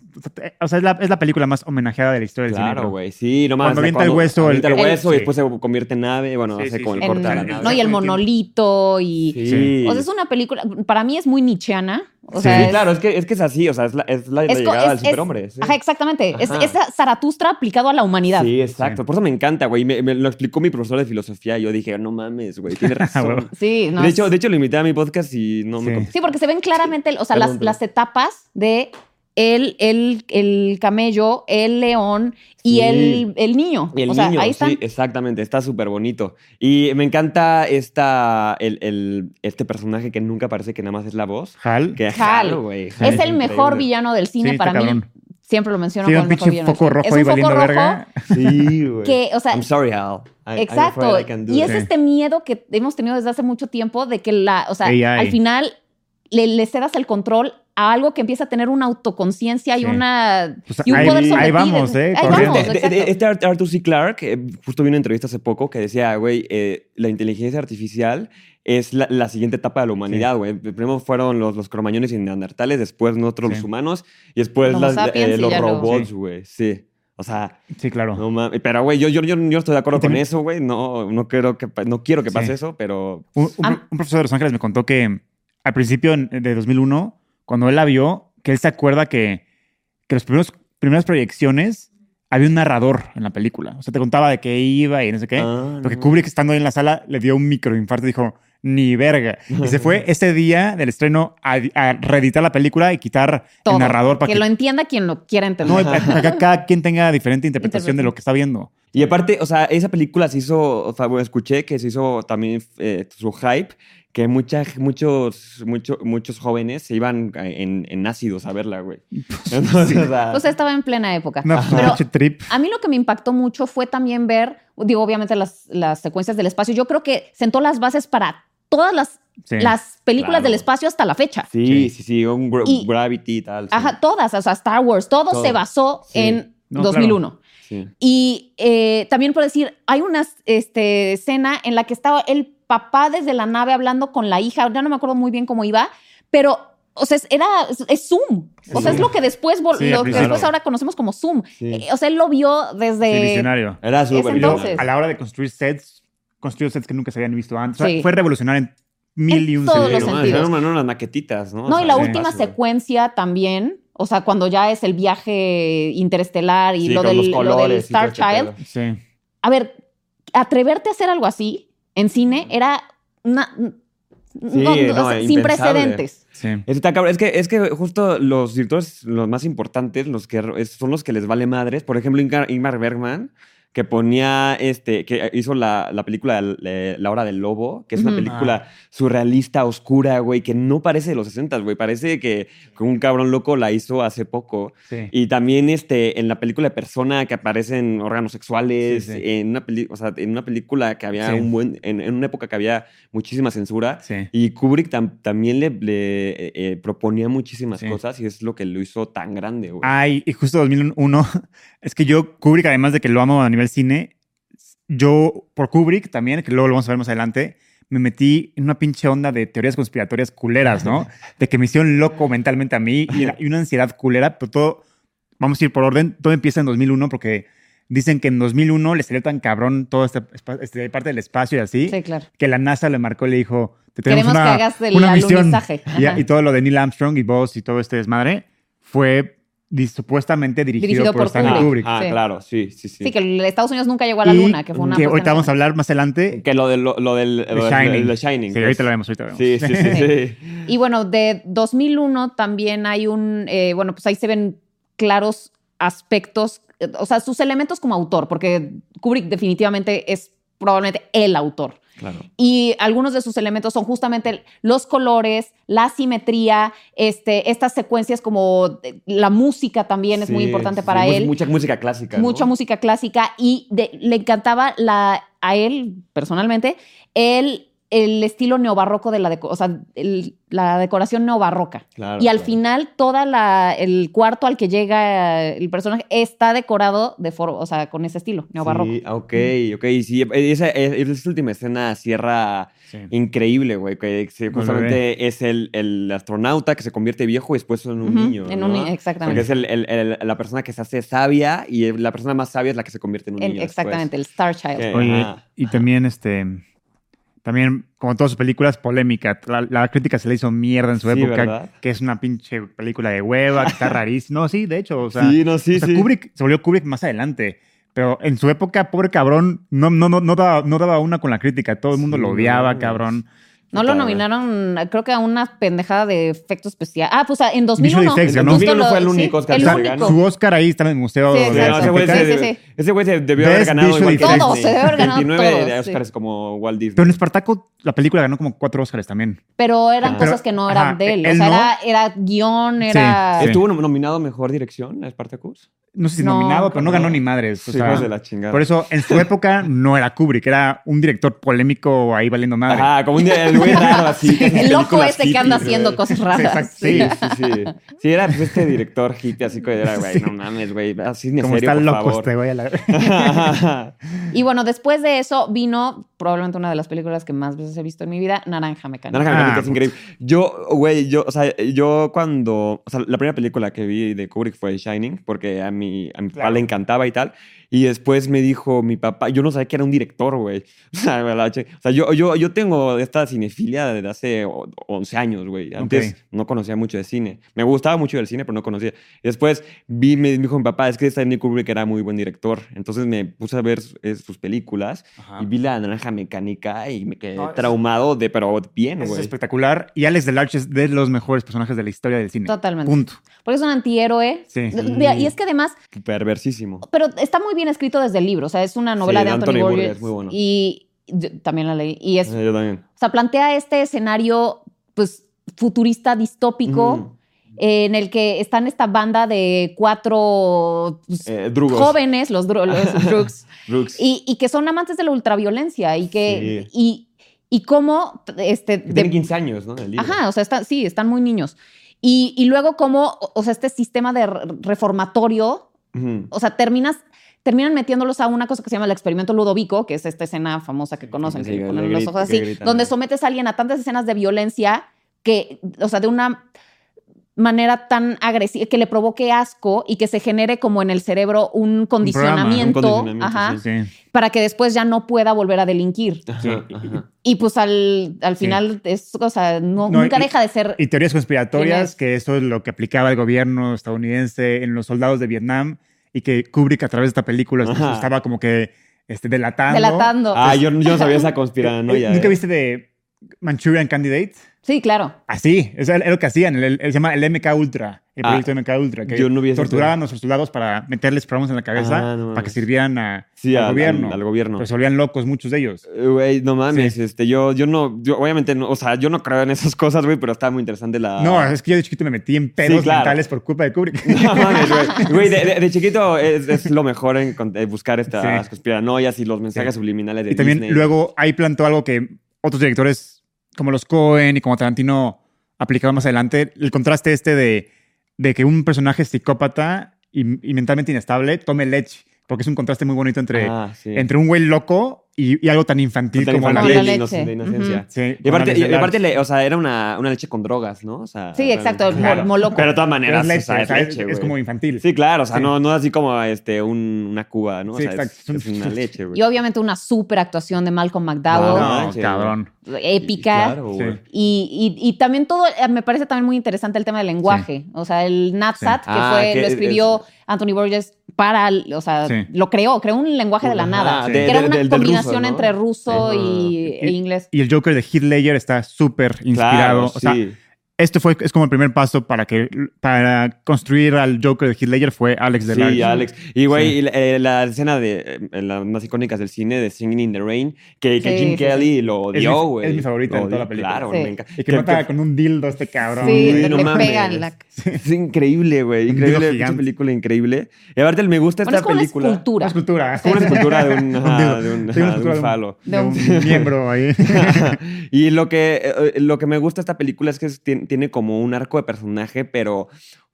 O sea, es la, es la película más homenajeada de la historia del cine.
Claro, güey. Sí, no mames.
Cuando
o sea,
avienta el hueso, el-
avienta el
el-
hueso
sí.
y después se convierte en nave. Bueno,
Sí,
hace
sí,
como el
sí.
en-
corte a la
En-
nave.
¿no? Y el monolito y.
Sí.
Sí.
O sea, es una película. Para mí es muy nichiana. O
Sí,
sea, es-
claro, es que, es que es así, o sea, es la, es la, la
es co-
llegada
es-
del
es-
superhombre. sí.
Ajá, exactamente. Es,
Ajá.
es Zaratustra aplicado a la humanidad.
Sí, exacto. Por eso me encanta, güey. Me, me lo explicó mi profesor de filosofía y yo dije, no mames,
<laughs>
güey, tiene razón.
Sí, <laughs> no,
de,
es-
hecho, de hecho, lo invité a mi podcast y no
Ah, Sí.
me contestó.
Sí, porque se ven claramente, o sea,
Perdón,
las,
perdón.
las etapas de el, el, el camello, el león y
Sí.
el, el niño.
Y el
o sea,
niño,
ahí están.
sí, exactamente, está súper bonito. Y me encanta esta, el, el- este personaje que nunca parece que nada más es la voz.
Hal.
Que
Hal.
Hal, güey. Hal
es el
increíble.
mejor villano del cine
Sí, está
para mí.
cabrón.
Siempre lo menciono
Tiene
como
un
el mejor
pinche
villano. del
foco
cine.
rojo
es
ahí
un foco
valiendo
rojo
verga.
Sí, güey.
que, o sea,
I'm sorry, Hal. I- I'm
Exacto.
afraid I can do
Y
it.
es este miedo que hemos tenido desde hace mucho tiempo de que la, o sea,
AI.
al final le, le cedas el control a algo que empieza a tener una autoconciencia y
Sí.
una
Pues
y un
ahí-
poder sobre
ahí
ti.
vamos, ¿eh?
Ahí
Corriendo.
vamos,
De- de- de-
exacto.
este Art- Arthur C. Clarke, eh, justo vi una entrevista hace poco que decía, güey, eh, la inteligencia artificial es la, la siguiente etapa de la humanidad, güey. Primero fueron los, los cromañones y neandertales, después nosotros
Sí.
los humanos y después
Homo
las-
sapiens
eh,
y
los
ya luego-
robots,
Sí.
güey. Sí. O sea,
Sí, claro.
no mames. Pero, güey, yo, yo, yo, yo estoy de acuerdo
Y también-
con eso, güey. No, no, creo que pa- no quiero que
Sí.
pase eso, pero.
Un, un-
Ah.
un profesor de Los Ángeles me contó que al principio en- de 2001, cuando él la vio, que él se acuerda que, que las primeros, primeras proyecciones había un narrador en la película. O sea, te contaba de qué iba y no sé qué.
Ah,
Porque
no.
Kubrick, estando ahí en la sala, le dio un microinfarto y dijo, ni verga. Y se
<laughs>
fue ese día del estreno a, a reeditar la película y quitar
Todo.
el narrador para
que
que,
lo entienda quien lo quiera entender.
no, y para- para que cada quien tenga diferente interpretación de lo que está viendo.
Y aparte, o sea, esa película se hizo, o sea, bueno, escuché que se hizo también eh, su hype, que mucha, muchos, mucho- muchos jóvenes se iban eh, en, en ácidos a verla, <laughs> güey. Entonces, o sea,
O sea, estaba en plena época.
No,
Pero-
pinche trip.
A mí lo que me impactó mucho fue también ver, digo, obviamente las, las secuencias del espacio. Yo creo que sentó las bases para todas las,
Sí.
las películas
Claro.
del espacio hasta la fecha.
sí, sí, sí, un gra-
Y-
Gravity y tal. sí,
Ajá, todas, o sea, Star Wars, todo,
Todo.
se basó
Sí.
en
No,
2001.
sí.
Y eh, también por decir, hay una este, escena en la que estaba el papá desde la nave hablando con la hija, ya no me acuerdo muy bien cómo iba, pero, o sea, es- era, es- es Zoom. O sea,
Sí.
es lo que después, vol-
Sí,
lo
al
que
principio.
después ahora conocemos como Zoom.
Sí.
Eh, o sea, él lo vio
Sí,
desde...
visionario.
Era súper
Y luego,
Entonces-
a la hora de construir sets, construyó sets que nunca se habían visto antes. O sea,
Sí.
Fue revolucionario en mil y
En
un
todos
Sí,
los
no,
sentidos.
mames,
sentidos.
eran eran unas maquetitas, ¿no? O
No,
sea,
y la
sí.
última
Sí.
secuencia también, o sea, cuando ya es el viaje interestelar y
Sí,
lo,
con
del,
los
lo del
colores y todo
Star
este
Child.
pedo.
Sí.
A ver, atreverte a hacer algo así en cine era una- no, no,
no,
o sea, sin
impensable.
precedentes.
Sí.
Eso está cabrón. Es que, es que justo los directores, los más importantes, los que es- son los que les vale madres. Por ejemplo, Ingmar, Ingmar Bergman, que ponía este, que hizo la, la película eh, La Hora del Lobo, que es una
Ujú.
película
Ah.
surrealista, oscura, güey, que no parece de los 60, güey. Parece que, que un cabrón loco la hizo hace poco.
Sí.
Y también este, en la película de Persona que aparecen órganos sexuales,
Sí, sí.
En, una peli- o sea, en una película que había
Sí.
un buen, en, en una época que había muchísima censura.
Sí.
Y Kubrick tam- también le, le, eh, eh, proponía muchísimas
Sí. Ah,
cosas y es lo que lo hizo tan grande, güey.
Ay, y justo 2001. <laughs> Es que yo, Kubrick, además de que lo amo a nivel cine, yo, por Kubrick también, que luego lo vamos a ver más adelante, me metí en una pinche onda de teorías conspiratorias culeras, ¿no? De que me hicieron loco mentalmente a mí y, la- y una ansiedad culera, pero todo, vamos a ir por orden, todo empieza en 2001 porque dicen que en 2001 le salió tan cabrón toda esta espa- este, parte del espacio y así,
Sí, claro.
que la NASA le marcó y le dijo, te tenemos
Queremos
una,
que hagas el
una misión.
alunizaje.
Y,
Ajá.
y todo lo de Neil Armstrong y Buzz y todo este desmadre fue di- supuestamente dirigido,
Dirigido
por,
por
Stanley
ah,
Kubrick.
ah,
Sí.
claro, sí, sí, sí.
Sí, que el- Estados Unidos nunca llegó a la
Y
luna, que fue una.
que
cuestión
ahorita vamos a
de-
hablar más adelante
Que lo, de, lo, lo del
de
lo del-
Shining.
lo de Shining,
Sí,
pues.
ahorita lo vemos, ahorita lo vemos.
Sí, sí, sí, sí.
Y bueno, de 2001 también hay un. eh, bueno, pues ahí se ven claros aspectos, eh, o sea, sus elementos como autor, porque Kubrick definitivamente es probablemente el autor.
Claro.
Y algunos de sus elementos son justamente los colores, la simetría, este, estas secuencias como eh, la música también es muy
Sí,
importante
sí,
para
mu-
él.
Mucha música clásica. ¿no?
Mucha música clásica y de- le encantaba la, a él personalmente el, el estilo neobarroco de la, deco- o sea, el- la decoración neobarroca.
Claro,
y al
claro.
final toda la el cuarto al que llega el personaje está decorado de forma, o sea, con ese estilo neobarroco.
Sí, ah, ok, ok. Sí, eh, esa, es- esa última escena cierra
Sí.
increíble, güey. Que se-
Con el
justamente es el, el astronauta que se convierte viejo y después en un
Ujú,
niño.
en
¿no?
un ni-
Porque
exactamente.
es el- el- el- la persona que se hace sabia y la persona más sabia es la que se convierte en un
El-
niño. pues. después.
exactamente, el Star Child.
Que-
Oye,
ajá.
y también este también como todas sus películas polémica, la, la crítica se le hizo mierda en su
Sí,
época,
¿verdad?
que es una pinche película de hueva, que está rarísima. No, sí, de hecho, o sea,
sí, no, sí,
o sea,
sí.
Kubrick se volvió Kubrick más adelante, pero en su época, pobre cabrón, no no no no daba, no daba una con la crítica, todo el mundo
Sí,
lo
no,
odiaba,
güey.
cabrón.
No
Puta,
lo
güey.
nominaron, creo que a una pendejada de efecto especial. Ah, pues en 2001.
Visual effects,
justo
¿no?
2001 fue el
sí,
único Oscar
el
que se
único.
ganó.
Su Oscar ahí está en el museo
Sí,
de
Sí, no, ese güey
Sí,
se,
sí, sí.
ese güey se debió haber
Best
ganado
visual
igual que
effects.
Disney.
Todos, se debió haber ganado
29 de
todos, sí.
Oscars como Walt Disney.
Pero en Espartaco la película ganó como cuatro Oscars también.
Pero eran
Ah.
cosas que no
Pero,
eran
ajá,
de él. O
él
sea,
no.
era, era guión,
Sí,
era. <laughs>
sí.
¿Estuvo nom- nominado a mejor dirección a Spartacus?
No sé si
No,
nominado, pero no ganó
no.
ni madres. o
Sí,
sea,
hijos de la chingada.
por eso, en su época no era Kubrick, era un director polémico ahí valiendo madre.
Ajá, como un día el güey raro así. que hace
El loco
películas
este que anda
hippies,
haciendo
güey.
cosas raras.
Sí,
Sí, sí, sí. Sí, era pues, este director hippie, así que era, <laughs> güey, no mames, güey, así ni
Como
serio,
está
por
loco
favor.
este güey. a la-
<laughs>
Y bueno, después de eso vino probablemente una de las películas que más veces he visto en mi vida, Naranja Mecánica.
Naranja
Ah,
Mecánica es
puta.
increíble. Yo, güey, yo, o sea, yo cuando, o sea, la primera película que vi de Kubrick fue Shining, porque a mi, a mi papá
Claro.
le encantaba y tal. Y después me dijo mi papá, yo no sabía que era un director, güey. <laughs> O sea, me la che- o sea, yo, yo, yo tengo esta cinefilia desde hace o- 11 años, güey. Antes
Ok.
no conocía mucho de cine. Me gustaba mucho del cine, pero no conocía. Después vi, me dijo mi papá, es que Stanley Kubrick era muy buen director. Entonces me puse a ver eh, sus películas <laughs> y vi la naranja mecánica y me quedé
Ah. No, es-
traumado de, pero bien,
Es
güey.
espectacular. Y Alex Delarche es de los mejores personajes de la historia del cine.
Totalmente.
Punto.
Porque es un antihéroe.
Sí.
De- de- Y es que además,
Perversísimo.
pero está muy bien escrito desde el libro. O sea, es una novela
Sí,
de
de
Anthony,
Anthony
Burgess.
Burgess, muy bueno.
Y yo también la leí. Y es,
Eh, Yo también.
o sea, plantea este escenario, pues, futurista distópico.
Ujú.
en el que están esta banda de cuatro pues,
Eh, drugos.
jóvenes, los, dru-
<laughs>
los drugs,
Drugs.
y, y que son amantes de la ultraviolencia y que
Sí.
y, y cómo este
Que
de-
tiene 15 años, ¿no? El libro.
ajá, o sea, están, sí, están muy niños. Y, y luego cómo, o- o sea, este sistema de re- reformatorio,
Ujú.
o sea, terminas terminan metiéndolos a una cosa que se llama el experimento ludovico, que es esta escena famosa que conocen,
Sí,
que
que
le ponen
le
los
grita-
ojos
que
así,
gritan,
donde
¿no?
sometes a alguien a tantas escenas de violencia que, o sea, de una manera tan agresiva, que le provoque asco y que se genere como en el cerebro un condicionamiento,
condicionamiento, Ah.
ajá,
Sí.
para que después ya no pueda volver a delinquir.
Sí.
Ajá,
<laughs>
ajá.
Y pues al, al
Sí.
final es, o sea, no-
No,
nunca
y-
deja de ser
Y teorías conspiratorias,
Tienes-
que eso es lo que aplicaba el gobierno estadounidense en los soldados de Vietnam y que Kubrick a través de esta película
Ajá.
estaba como que este, delatando.
delatando.
Ah, yo, yo no sabía esa
Eh,
conspiranoia.
¿Nunca
eh.
viste de Manchurian Candidate?
<laughs> Sí, claro.
Así, es el- es lo que hacían, el, el- se llama el MK Ultra, el
Ah,
proyecto MK Ultra, que
yo no vi esa
torturaban
teoría.
a nuestros soldados para meterles programas en la cabeza
Ah, no
para que
mames.
sirvieran a-
Sí,
al,
al-
gobierno.
al- al gobierno.
Pero se volvían locos muchos de ellos.
Eh, Güey, no mames, este, yo, yo no, yo obviamente, no, o sea, yo no creo en esas cosas, güey, pero está muy interesante la...
No,
<laughs>
eh. es que yo de chiquito me metí en pedos
Ah. Sí, claro.
mentales por culpa de Kubrick.
<laughs> No mames,
<laughs>
güey. Güey, de, de- de chiquito es, es lo mejor en con- eh, buscar estas
Sí.
conspiranoias y los mensajes
Sí.
subliminales de
y también
Disney.
luego ahí plantó algo que otros directores como los Cohen y como Tarantino aplicaban más adelante, el contraste este de, de que un personaje psicópata y, y mentalmente inestable tome leche, porque es un contraste muy bonito entre,
Ah, sí.
entre un güey loco y, y algo tan infantil
Tan
como
infantil,
la
la
Como
leche.
leche.
inoc- de inocencia.
Sí,
Y
con Alex
aparte, y- y
Delarge.
aparte le- o sea, era una, una leche con drogas, ¿no? O sea,
Sí, exacto,
realmente-
mo- moloco.
Pero de todas
Pero
maneras,
es
o sea,
leche, o sea, es-
leche,
es,
güey.
como infantil.
Sí, claro, o sea,
Sí.
no, no así como este, un- una cuba, ¿no? O
Sí,
sea, es-
exacto.
es, una leche, güey.
Y obviamente una super actuación de Malcolm
No,
McDowell,
No,
manches,
cabrón.
épica.
Y- Claro, güey.
Sí.
Y, y- y también todo, eh, me parece también muy interesante el tema del lenguaje. O sea, el Napsat,
Sí.
que
Ah,
fue,
que
lo
es-
escribió Anthony Burgess para, el- o sea,
Sí.
lo creó, creó un lenguaje de la
Ajá,
nada.
Ah, de-
que era
de-
una
del- del ruso,
combinación
¿no?
entre ruso
Ajá.
y, e
Y-
Ah,
inglés.
Y el Joker de Heath Ledger está súper
Claro,
inspirado. o sea,
sí.
Esto este fue, es como el primer paso para, que, para construir al Joker de Heath Ledger fue Alex de
Sí,
Large.
Alex. Y, güey,
Sí.
y la, eh, la escena de eh, las más icónicas del cine de Singing in the Rain, que,
Sí,
que Jim
sí,
Kelly lo
Es
odió,
mi-
güey.
es mi favorita
Lo
de toda la
odió,
película.
Claro,
Sí.
me encanta.
Y que mata con un dildo a este cabrón.
Sí,
güey.
no
le
mames.
pegan la.
Es increíble, güey.
Un
Increíble,
dildo
pinche
gigante.
película increíble. Y aparte, me gusta
Bueno, es
esta
como una
película.
Una
escultura.
escultura.
Es como una escultura de
<laughs>
un, ajá,
dildo.
de un,
Sí, una
ajá, de un
escultura de un-
falo. Eh,
De un
<laughs>
miembro ahí.
<laughs> y lo que, eh, lo que me gusta de esta película es que es- tien- tiene como un arco de personaje, pero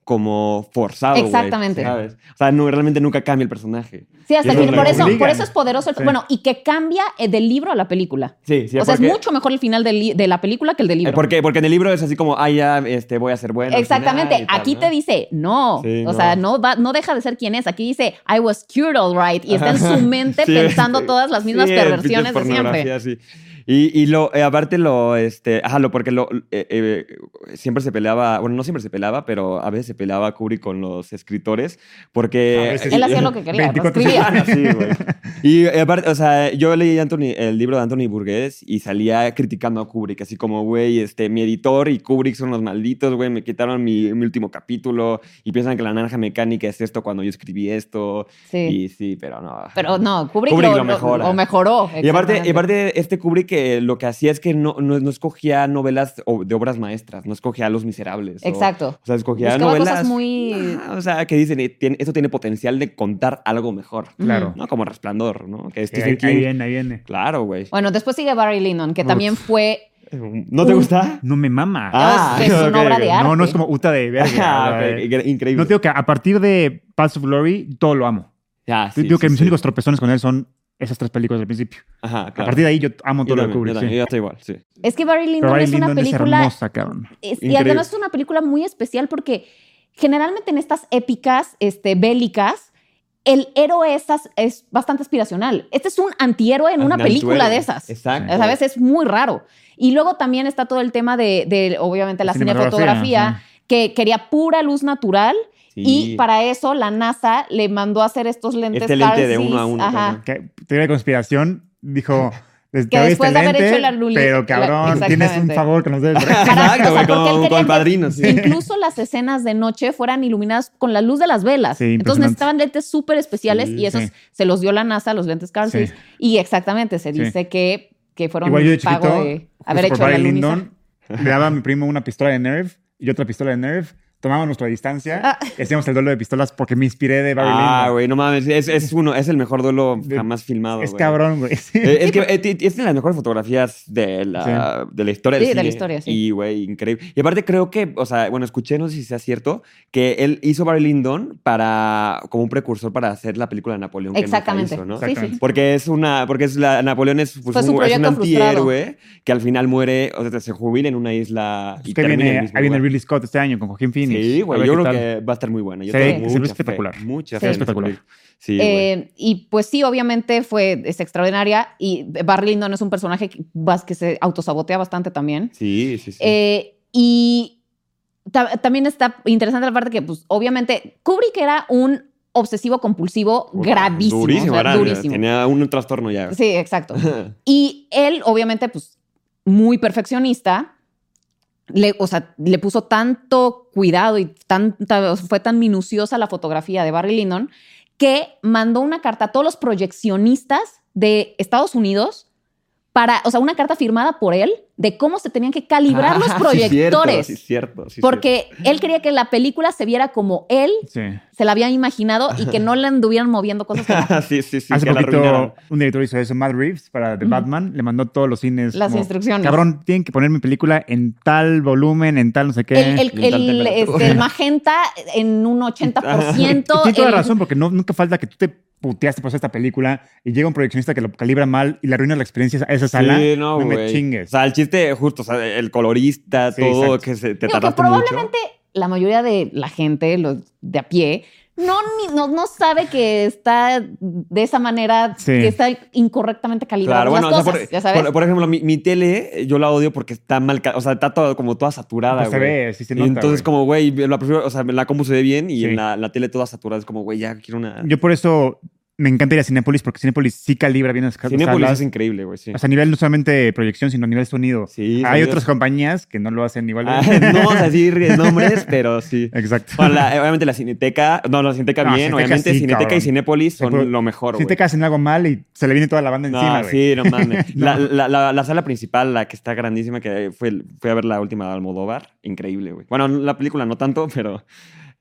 como forzado. güey,
Exactamente.
¿sabes? O sea, no, realmente nunca cambia el personaje.
Sí, hasta
Y
el
eso
final.
lo
Por eso,
obligan.
por eso es poderoso. el-
Sí.
Bueno, y que cambia eh, del libro a la película.
Sí, sí.
o sea, es
porque-
mucho mejor el final del li- de la película que el del
eh,
libro.
Porque, porque en el libro es así como, ah, ya este, voy a ser bueno. al
Exactamente.
final y tal,
Aquí
¿no?
te dice, no.
Sí,
o
no.
sea, no, va- no deja de ser quien es. Aquí dice, I was cured all right. Y está en su mente
Sí,
pensando
sí.
todas las mismas
Sí,
perversiones de
pinches
siempre.
pornografía, sí. Y, y lo, eh, aparte lo, este, ajá, lo, porque lo, eh, eh, siempre se peleaba, bueno, no siempre se peleaba, pero a veces se peleaba Kubrick con los escritores, porque...
A veces
y-
Él hacía lo que quería, lo
24
escribía.
Ah, <laughs> sí, güey. Y eh, aparte, o sea, yo leí Anthony- el libro de Anthony Burgess y salía criticando a Kubrick, así como, güey, este, mi editor y Kubrick son los malditos, güey, me quitaron mi, mi último capítulo y piensan que la naranja mecánica es esto cuando yo escribí esto.
Sí.
Y sí, pero no.
Pero no, Kubrick,
Kubrick
lo, lo-
lo mejora.
lo mejoró.
Y aparte, y
exactamente.
aparte, este Kubrick eh, lo que hacía es que no, no, no escogía novelas o- de obras maestras, no escogía a Los Miserables. o-
Exacto.
O, sea, escogía
Buscaba
novelas.
cosas muy-
Ah, o sea, que dicen, eh, tiene- esto tiene potencial de contar algo mejor.
Claro.
¿no? Como Resplandor, ¿no? Que
Sí,
Stephen
ahí,
King-
ahí viene, ahí viene.
Claro, güey.
Bueno, después sigue Barry Lyndon, que también fue
¿No te gusta?
<laughs> No me mama.
Ah, <laughs>
es una
ok,
obra
ok.
de arte.
no, no es como Uta de verga.
<laughs> <laughs> Ah, ok,
güey.
Increíble.
No te digo que a partir de Paths of Glory, todo lo amo.
Ah, sí,
Yo digo
sí,
que mis
sí.
únicos tropezones con él son esas tres películas del principio.
Ajá, claro.
A partir de ahí yo amo
yo
todo lo de
también, yo
Kubrick.
también,
sí.
yo estoy igual, sí.
Es que Barry
Pero
Lyndon
Barry
es una
Lyndon es
película
hermosa, cabrón.
Es- y
Increíble.
además es una película muy especial porque generalmente en estas épicas este, bélicas, el héroe es, as- es bastante aspiracional. Este es un antihéroe en una
Andan
película
duelo.
de esas.
Exacto.
¿Sabes? Es muy raro. Y luego también está todo el tema de, de, obviamente, la
Cinematografía,
cinefotografía, que quería pura luz natural.
Sí.
Y para eso la NASA le mandó a hacer estos lentes
Este lente de
Tarsis,
uno a uno,
Ajá.
ajá.
Que teoría de conspiración
<laughs>
dijo... Te
Que
doy
después
este
de haber
lente,
hecho la luli-
Pero
la-
cabrón, tienes un
exactamente.
favor que nos debes.
<laughs> Exacto, o sea, porque él
como
quería
con
que-
padrino,
<laughs>
sí.
incluso las escenas de noche fueran iluminadas con la luz de las velas.
Sí,
Entonces
impresionante.
necesitaban lentes súper especiales
Sí,
y esos
sí.
se los dio la NASA, los lentes Carl
Sí.
Zeiss. Y exactamente, se
Sí.
dice que, que fueron
Igual yo de
un pago
chiquito,
de
Justo por
haber hecho la
Barry
luniza.
Lyndon, le daba a mi primo una pistola de Nerf y otra pistola de Nerf. Tomábamos nuestra distancia
Ah.
y hacíamos el duelo de pistolas porque me inspiré de Barry
Ah,
Lyndon.
güey, no mames. Es, es uno, es el mejor duelo
De-
jamás filmado.
Es
güey.
cabrón, güey. <laughs> Pues Sí.
Eh, es que eh, ti- es de las mejores fotografías de la, de la historia del
Sí, de la
cine.
historia, sí.
Y, güey, increíble. Y aparte creo que, o sea, bueno, escuché, no sé si sea cierto, que él hizo Barry Lyndon para, como un precursor para hacer la película de Napoleón. que nunca
Exactamente.
hizo, ¿no?
Sí, sí.
Exactamente.
Porque es una. Porque es la, Napoleón es,
Fue
pues,
su
un, es un
proyecto frustrado.
antihéroe que al final muere, o sea, se jubila en una isla.
Es
Y
Pues que ahí
termina en el
viene,
mismo
ahí viene
lugar.
Ridley Scott este año con Joaquín Phoenix.
Sí,
A
güey,
ver
yo
qué
creo
tal.
que va a estar muy buena. Yo
Se ve-
tengo
se ve
mucha fe,
espectacular.
Mucha
Se ve
fe en esa
espectacular.
película. Sí, güey.
Eh, y pues sí, obviamente fue es extraordinaria y Barry Lyndon es un personaje que, vas- que se autosabotea bastante también.
Sí, sí, sí.
Eh, y ta- también está interesante la parte que, pues, obviamente, Kubrick era un obsesivo compulsivo
Puta,
gravísimo. o sea,
Durísimo, era-
eh, durísimo.
Tenía un trastorno ya.
Sí, exacto. Y él, obviamente, pues muy perfeccionista, le, o sea, le puso tanto cuidado y tanta, fue tan minuciosa la fotografía de Barry Lyndon que mandó una carta a todos los proyeccionistas de Estados Unidos para, o sea, una carta firmada por él de cómo se tenían que calibrar los
Ah,
proyectores.
Sí, cierto. sí, cierto, sí,
porque él quería que la película se viera como él
Sí.
se la había imaginado y que no le anduvieran moviendo cosas
<laughs>
que no.
cierto. sí, sí, sí.
Hace
que la arruinaron.
poquito un director hizo eso, Matt Reeves, para The
Ujú.
Batman. Le mandó todos los cines.
las
como,
instrucciones.
Cabrón, tienen que poner mi película en tal volumen, en tal no sé qué.
El, el-
Y tal
el,
temperatura. Ah.
este, el magenta en un 80%.
<laughs>
Tiene toda
el-
la razón, porque no, nunca falta que tú te puteaste por hacer esta película y llega un proyeccionista que lo calibra mal y le arruina la experiencia a esa sala.
Sí, no,
me
güey.
chingues.
O sea, el chiste justo, o sea, el colorista,
Sí,
todo
exacto.
que se, te
Digo que
tardaste
probablemente La mayoría de la gente, los de a pie, no, ni- no, no sabe que está de esa manera,
Sí.
que está incorrectamente
mucho.
calibrado
Claro, bueno,
las
o sea,
cosas,
por,
ya sabes.
por- por ejemplo, mi, mi tele eh, yo la odio porque está mal, ca- o sea, está todo, como toda saturada,
Pues se
güey.
ve, sí se
Y
nota. güey.
entonces, como, güey, la, prefiero- o sea, la compu se ve bien y
Sí.
en la, la tele toda saturada es como, güey, ya quiero una.
Yo por eso me encanta ir a Cinépolis porque Cinépolis sí calibra bien las
Cinépolis
salas.
es increíble, güey, sí.
O sea, a nivel no solamente proyección, sino a nivel sonido.
Sí,
Hay
sonido.
otras compañías que no lo hacen igual.
Ah, <laughs> <laughs> no vamos a decir nombres,
<laughs>
pero sí.
Exacto.
Bueno, la- obviamente la Cineteca, no, la Cineteca
No,
bien,
Cineteca
obviamente
sí,
Cineteca
cabrón.
y Cinépolis son
Sí, pero
lo mejor,
si
güey.
te hacen algo mal y se le viene toda la banda
No,
encima, güey.
sí, no
<laughs>
mames. La, la- la- la sala principal, la que está grandísima, que fue, fui a ver la última de Almodóvar, increíble, güey. Bueno, la película no tanto, <laughs> pero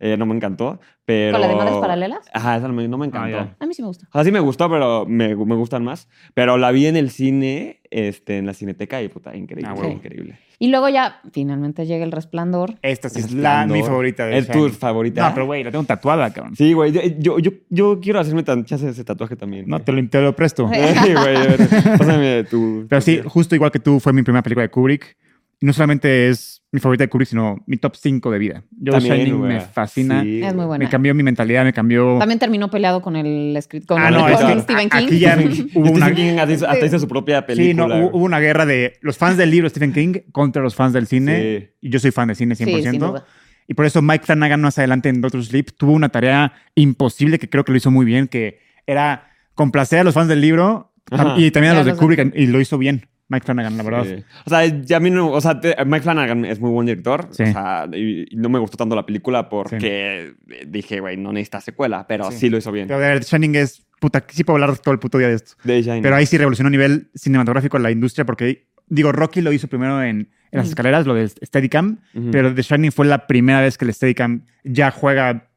eh, no me encantó. Pero...
¿Con la de Madres Paralelas?
Ajá, esa no me no me encantó.
Ah, ya.
A mí sí me gusta.
O sea, sí me gustó, pero me, me gustan más. Pero la vi en el cine, este, en la Cineteca y puta, increíble,
Ah, huevo.
increíble.
Y luego ya finalmente llega el resplandor.
Esta sí es la, mi favorita. De
Es tu
Shining.
favorita.
No, pero güey, la tengo tatuada, cabrón.
Sí, güey, yo, yo, yo, yo quiero hacerme tan chance de ese tatuaje también.
No,
güey.
te
<laughs>
lo, te lo presto.
Sí, güey, a ver, pásame tu...
Pero
tu
sí,
piel.
justo igual que tú, fue mi primera película de Kubrick. Y no solamente es mi favorita de Kubrick, sino mi top 5 de vida. Yo
También,
Shining
güey.
me fascina.
Sí,
Es muy
güey.
buena.
Me cambió mi mentalidad, me cambió...
También terminó peleado con el script con,
Ah,
no,
con
es que
Stephen
a-
King.
aquí
<laughs>
ya hubo
Stephen
una...
King hasta hizo, hasta hizo su propia
Sí, no,
película.
hubo, hubo una guerra de los fans del libro de Stephen King contra los fans del cine.
Sí.
Y yo soy fan de cine 100%.
Sí, sin duda.
Y por eso Mike Flanagan más adelante en Doctor Sleep tuvo una tarea imposible que creo que lo hizo muy bien, que era complacer a los fans del libro
Ajá.
y también a
Ya,
los de
los de-
Kubrick, y lo hizo bien Mike Flanagan, la verdad.
Sí. O sea, ya a mí no, o sea, te- Mike Flanagan es muy buen director.
Sí.
O sea, y, y no me gustó tanto la película porque dije, güey, no necesita secuela, pero
Sí.
sí, lo hizo bien.
Pero a ver, Shining es puta, sí puedo hablar todo el puto día de esto.
De Shining.
Pero ahí sí revolucionó a nivel cinematográfico la industria porque, digo, Rocky lo hizo primero en, en las
Mm.
escaleras, lo del Steadicam,
Ujú.
pero The Shining fue la primera vez que el Steadicam ya juega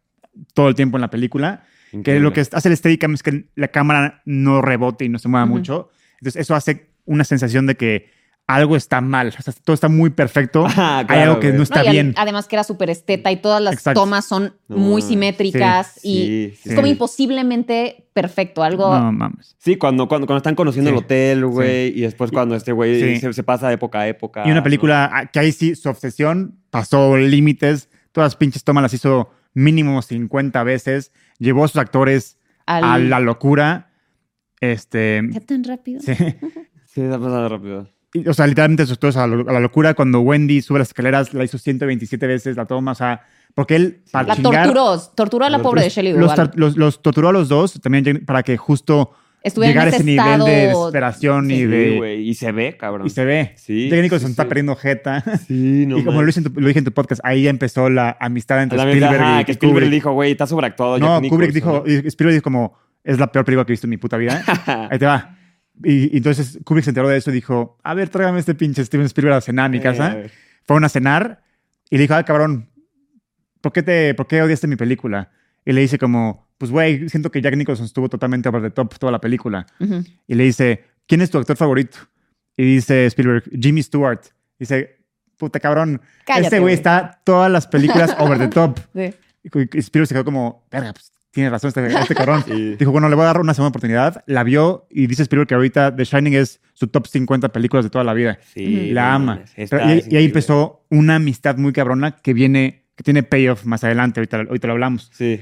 todo el tiempo en la película. Que
Increíble.
lo que hace el Steadicam es que la cámara no rebote y no se mueva
Ujú.
mucho. Entonces, eso hace una sensación de que algo está mal. O sea, todo está muy
<laughs>
perfecto.
Ajá,
Hay
Ah, claro,
algo que
güey.
no
No,
está
y ad-
bien.
Además que era súper esteta y todas las
Exacto.
tomas son
No,
muy
sí,
simétricas y
Sí, sí.
es como
Sí.
imposiblemente perfecto. Algo
No mames.
Sí, cuando, cuando, cuando están conociendo
Sí.
el hotel, güey, y después cuando este güey
Sí.
se, se pasa de época a época.
Y una
¿no?
película ah, que ahí sí, su obsesión pasó límites. Todas las pinches tomas las hizo mínimo 50 veces. Llevó a sus actores
al...
a la locura.
<laughs>
Este.
¿Qué tan rápido?
sí.
Sí, está pasando rápido.
Y, O sea, literalmente sus todos a, lo- a la locura. Cuando Wendy sube las escaleras, la hizo 127 veces la toma. O sea, porque él, para
La
chingar,
torturó, torturó a la
Los-
pobre de Shelley
los,
Duvall.
tor- los- los torturó a los dos también lleg- para que justo
Estuviera
llegar a
en
ese
ese
nivel
estado...
de desesperación y
Sí,
de.
güey, y se ve, cabrón.
y se ve.
Sí,
Jack Nicholson
sí,
está
sí.
perdiendo jeta.
Sí, no
y como lo,
mames.
dije en tu- lo dije en tu podcast, ahí ya empezó la amistad entre
La
Spielberg
verdad, ajá,
y
que
Kubrick.
Spielberg dijo, güey, está sobreactuado.
no,
Jack
Kubrick dijo,
Nicholson,
y
¿no?
Spielberg dijo como, es la peor película que he visto en mi puta
<laughs>
vida. ahí te va. Y, y entonces Kubrick se enteró de eso y dijo, a ver, tráigame este pinche Steven Spielberg a cenar a mi
Eh, a
casa.
ver.
Fueron a cenar y le dijo, ah, cabrón, ¿por qué, te, ¿por qué odiaste mi película? Y le dice como, pues güey, siento que Jack Nicholson estuvo totalmente over the top toda la película.
Ujú.
Y le dice, ¿quién es tu actor favorito? Y dice Spielberg, Jimmy Stewart. Dice, puta cabrón,
Cállate,
este güey está todas las películas over the top.
Sí.
Y cu- y Spielberg se quedó como, verga, pues tiene razón este, este cabrón. <laughs>
Sí.
Dijo, bueno, le voy a dar una segunda oportunidad. La vio y dice Spielberg que ahorita The Shining es su top 50 películas de toda la vida.
Sí,
la
no
ama.
mames,
Pero- y,
está- es
y ahí
increíble.
empezó una amistad muy cabrona que viene, que tiene payoff más adelante. Ahorita, ahorita lo hablamos.
Sí.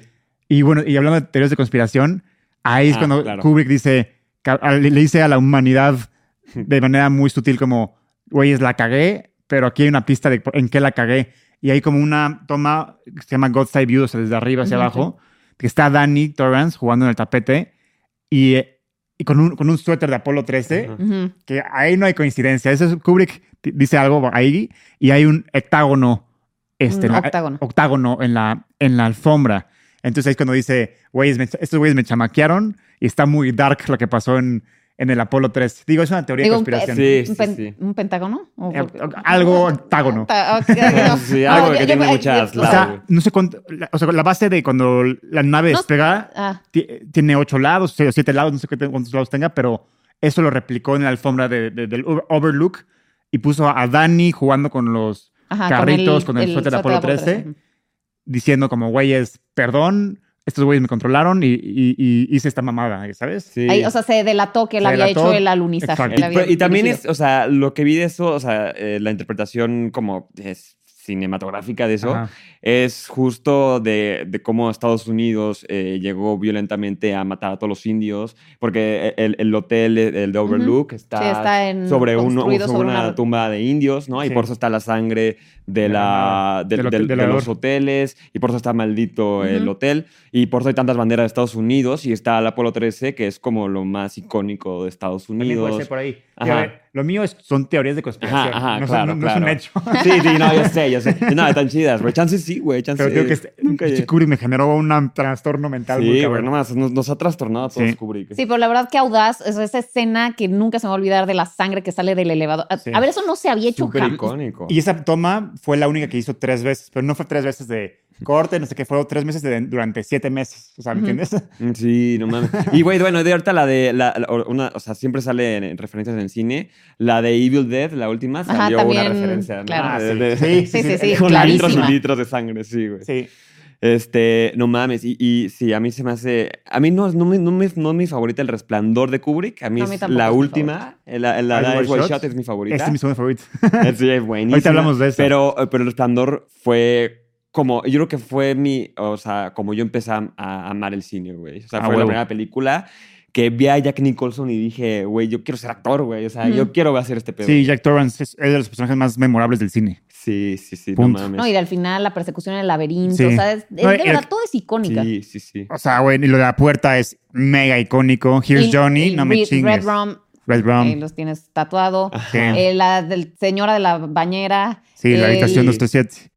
Y bueno, y hablando de teorías de conspiración, ahí es
Ah,
cuando
claro.
Kubrick dice, ca- a- le le dice a la humanidad
<laughs>
de manera muy sutil como, güeyes, la cagué, pero aquí hay una pista de por- en qué la cagué. Y hay como una toma que se llama God's Eye View, o sea, desde arriba hacia
Ujú,
abajo, que está Danny Torrance jugando en el tapete y, eh, y con, un, con un suéter de Apolo 13,
Ajá.
Ujú.
que ahí no hay coincidencia. Eso es, Kubrick t- dice algo ahí y hay un hectágono. Este,
Un
¿no?
Mm, octágono.
octágono en la, en la alfombra. Entonces ahí es cuando dice, güeyes, me- estos güeyes me chamaquearon y está muy dark lo que pasó en, en el Apolo 3. Digo, es una teoría
Digo,
de
un
conspiración.
pe- Sí,
¿Un,
sí,
pen-
sí.
un pentágono? ¿O- Ah,
Eh, algo octágono.
Ta- octágono.
<laughs> Sí, algo
No,
que
yo-
tiene
yo-
muchas
yo-
O
Claro, güey.
sea, no sé cuánto, la, o sea, la base de cuando la nave
No-
despega
Ah,
ti- tiene ocho lados, o sea, siete lados, no sé qué te- cuántos lados tenga, pero eso lo replicó en la alfombra de- de- del Over- Overlook y puso a Danny jugando con los
ajá,
Carritos con el suéter de Apolo 13.
ujú.
diciendo como, güeyes, perdón, estos güeyes me controlaron y, y- y hice esta mamada, ¿sabes?
Sí.
Ahí, o sea, se delató que él
Se
había
delató.
hecho el alunizaje.
Exacto.
él
Y,
había
y también
dirigido.
es, o sea, lo que vi de eso, o sea, eh, la interpretación como es cinematográfica de eso
Ajá.
es justo de, de cómo Estados Unidos eh, llegó violentamente a matar a todos los indios, porque el, el hotel, el de Overlook, está,
Sí, está en-
sobre, un-
construido
sobre
sobre
una,
una-
tumba de indios, ¿no? Y
Sí.
por eso está la sangre de,
De
la,
la-
de,
del
de-
hotel- del
de los
hedor.
hoteles, y por eso está maldito el
Ujú.
hotel, y por eso hay tantas banderas de Estados Unidos, y está el Apolo 13, que es como lo más icónico de Estados
También puede
Unidos.
ser por ahí.
Ajá.
Digo, a ver, lo mío es- son teorías de conspiración.
Ajá, ajá,
no, son-
claro,
no- no es un
claro.
hecho. <laughs>
<laughs> Sí, sí, no, yo sé, yo sé. No, están chidas, güey. Chance sí, güey. Chance
Pero digo que este-
nunca llegué.
pinche Kubrick me generó un trastorno mental muy
Sí, güey,
cabrón.
no más, nos, nos ha trastornado a todos
Sí.
Kubrick.
Sí, pero la verdad que audaz, es esa escena que nunca se me va a olvidar de la sangre que sale del elevador. A,
Sí.
a ver, eso no se había hecho
Súper
jamás.
icónico.
Y esa toma fue la única que hizo tres veces, pero no fue tres veces de corte, no sé qué, fueron tres meses de- durante siete meses. O sea, ¿me
Ujú.
entiendes?
Mm, Sí, no mames. Y güey, bueno, de ahorita la de la, la- o- una, o sea, siempre sale en, en referencias en el cine. La de Evil Dead, la última,
Ajá,
salió una
también,
referencia. ¿no?
claro.
Ah,
Ah,
de-
sí.
de-
Sí,
Sí, sí, sí,
Con
clarísima.
litros y litros de sangre, sí, güey.
Sí.
Este, no mames. Y, y sí, a mí se me hace. A mí no, no, me- no, me- no es mi favorita el resplandor de Kubrick. A mí,
A mí
es
tampoco
la
es mi
última. eh, La, la de
Eyes
Eyes Wide
Wide
Shut
Shut
es mi favorita.
Este es mi segundo favorito.
Sí, es buenísima.
Ahorita hablamos de eso.
Pero, eh, pero El Resplandor fue como, yo creo que fue mi, o sea, como yo empecé a, a amar el cine, güey. O sea,
Ah,
fue la
huevo.
primera película que vi a Jack Nicholson y dije, güey, yo quiero ser actor, güey. O sea, yo
Ujú.
quiero hacer este pedo.
Sí, Jack Torrance es es de los personajes más memorables del cine.
sí, sí, sí,
Punto.
no mames.
No, y al final la persecución en el laberinto.
Sí.
O sea, es, es
No,
de
y-
verdad todo es icónica.
sí, sí, sí.
O sea, güey, y lo de la puerta es mega icónico. Here's
Y-
Johnny,
y
no me
Red-
chingues.
Red Rum,
Red
eh,
Rum.
los tienes tatuado.
Sí,
Eh, la del señora de la bañera.
sí, la
el-
habitación
sí.
237.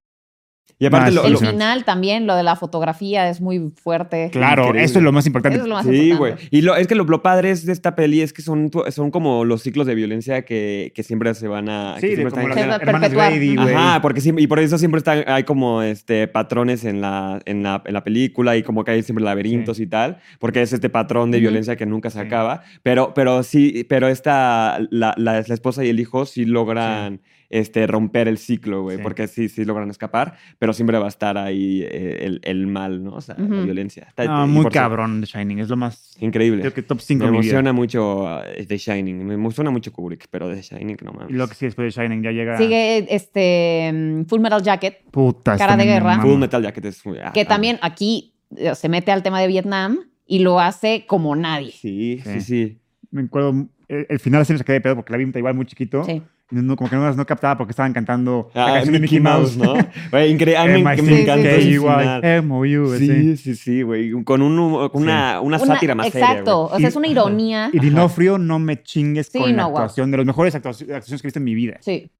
Y aparte
No,
lo...
es-
El
lo-
alucinante.
final también, lo de la fotografía es muy fuerte.
Claro,
Increíble.
eso es lo más importante.
Eso es lo más
Sí, güey.
importante.
Y lo, es que lo, lo padre es de esta peli es que son, son como los ciclos de violencia que, que siempre se van a... Ah, que
Sí, de
siempre
como
están-
las
Se va a
hermanas
perpetuar.
Grady, güey.
Ajá, pues, porque siempre- y por eso siempre están, hay como este patrones en la, en la, en la película y como que hay siempre laberintos y tal, porque es este patrón de
Ujú.
violencia que nunca se
Sí.
acaba. Pero, pero sí, pero esta, la, la- la esposa y el hijo sí logran este, romper el ciclo, güey,
Sí.
porque sí, sí logran escapar, pero siempre va a estar ahí eh, el, el mal, ¿no? O sea, la
Ujú.
violencia. Está-
No,
y
muy
por su-
cabrón The Shining. Es lo más.
Increíble.
Creo que top
Me
5 mi vida.
emociona mucho eh, The Shining, me emociona mucho Kubrick, pero The Shining no mames.
Y lo que sí después de Shining ya llega.
Sigue este mm, Full Metal Jacket,
Puta,
Cara de
también me
guerra.
mama.
Full Metal Jacket es... ah,
que
ah,
también aquí eh, se mete al tema de Vietnam y lo hace como nadie.
Sí, sí,
Sí.
sí.
Me acuerdo. El, el final sí me saqué de pedo porque la vi igual muy chiquito.
Sí.
Y No, como que no, no captaba porque estaban cantando la
Ah,
canción de
Mickey Mouse, ¿no?
<laughs>
Güey, increíble. A mí me,
MIC,
me encanta
KY,
el final.
MOU, Eh, sí.
Sí, sí, sí, güey. Con un humo- con una, una
Una-
sátira más seria,
Exacto.
güey.
o sea, es una ironía.
Y Dinofrio, no me chingues
Sí,
con la
no, guau.
actuación. De los mejores actuaci- actuaciones que he visto en mi vida.
Sí.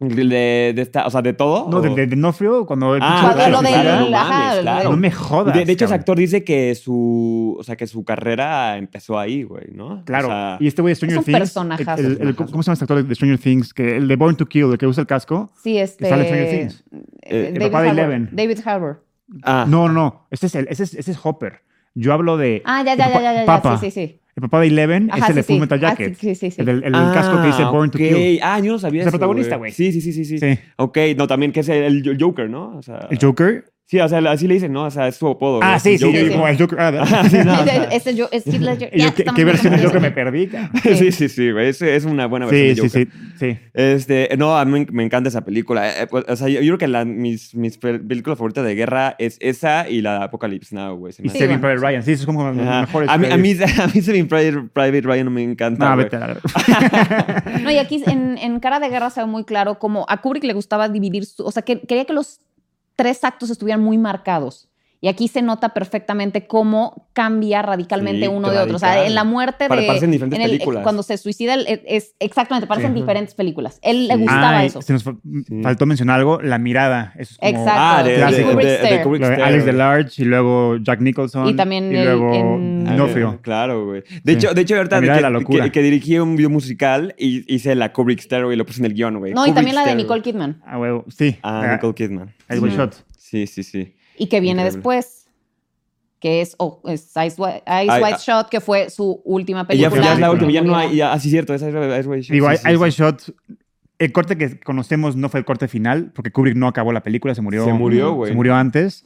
De, de esta, o sea, de todo.
No,
o-
de, de Dinofrio, cuando el
Oh. Ah,
pinche-
Cuando lo
claro,
del-
claro, no
ajá,
mames,
el-
claro.
No me jodas.
de, de hecho, ese
cabrón.
actor dice que su, o sea, que su carrera empezó ahí, güey, ¿no?
Claro.
O sea,
y este güey de Stranger
es un
Things.
personajazo.
el- el- el- ¿Cómo se llama este actor de Stranger Things? Que, el de Born to Kill, el que usa el casco.
Sí, este.
sale en Stranger Things.
eh,
El
David
papá de
Harbour.
Eleven.
David Harbour.
ah,
No, no, no. Este es, el, ese, es, ese es Hopper. Yo hablo de.
Ah, ya,
el
ya, ya,
papá-
ya, ya,
Papa.
Sí, sí, sí.
El papá de Eleven
Ajá,
es el de
sí,
Full
sí.
Metal
Ah,
Jacket.
sí, sí, sí.
El, del- el del casco que dice
ah,
Born to
ok.
Kill.
Ah, yo no sabía
Es el
eso,
protagonista, güey.
Sí, sí, sí, sí, sí,
Sí.
Ok, no, también que es el, el Joker, ¿no? O sea,
El Joker.
Sí, o sea, así le dicen, ¿no? O sea, es su apodo. güey,
Ah,
es
sí,
el
sí, yo
Joker,
digo,
¿no?
el Joker. Ah,
<laughs>
Ajá, sí, <laughs> no, o sea,
Ese yo, es Heath
<laughs>
Ledger.
y
Ya
yo, ¿qué,
estamos
qué versión del
hablando
Joker
de
me
eso.
perdí? cabrón?
Sí, sí, sí, güey. Es, es una buena
Sí,
versión. de
sí,
Joker.
sí, sí.
Este, no, a mí me encanta esa película. Eh, eh, pues, O sea, yo, yo creo que la, mis, mis pel- películas favoritas de guerra es esa y la de Apocalypse Now, güey. se me
Y
hace-
Saving
bueno.
Private Ryan. Sí, eso es como los
Ajá.
mejores.
A mí, a, mí,
reviews.
<laughs> a mí Saving Private, Private Ryan me encanta.
No,
güey.
vete a la-
No, y aquí en, en Cara de Guerra se ve muy claro como a Kubrick le gustaba dividir, su, o sea, que quería que los tres actos estuvieran muy marcados. Y aquí se nota perfectamente cómo cambia radicalmente
Sí,
uno de otro. O sea,
radical.
en la muerte
Pare-
de.
parecen diferentes
en el- eh,
películas.
Cuando se suicida, el- es, exactamente, parecen
Sí.
diferentes películas. Él le
Sí.
gustaba
Ay,
eso.
Se nos fa- faltó mencionar algo, la mirada. Eso es como
Exacto.
Ah, de, de, de,
Clásico.
de- de
Kubrick
Kubrick
lo de
Stair,
Alex
güey.
Delarge y luego Jack Nicholson.
Y también el-
luego
en-
Ah,
Dinofrio.
Claro, güey. De hecho, de hecho ahorita
La mirada
que,
de la locura.
que- que dirigí un video musical y hice la Kubrick Stairway y lo puse en el guión, güey.
No, y
Kubrick
también la de
Stair, güey.
Nicole Kidman.
Ah, huevo. Sí.
Ah, Nicole Kidman.
Ahí voy
Sí.
shot.
Sí, sí, sí.
Y que viene
Increíble.
después, que es, oh, es Ice White, Ice
Ay,
White
ah.
Shot, que fue su última
Y Ya,
película.
fue- ya es la
Película.
última, ya no hay. Ya, ah, sí, cierto, esa es Ice White Shot,
Digo,
sí,
Eyes
sí, sí.
Wide Shot. El corte que conocemos no fue el corte final, porque Kubrick no acabó la película, se murió.
Se murió, güey.
Se murió antes.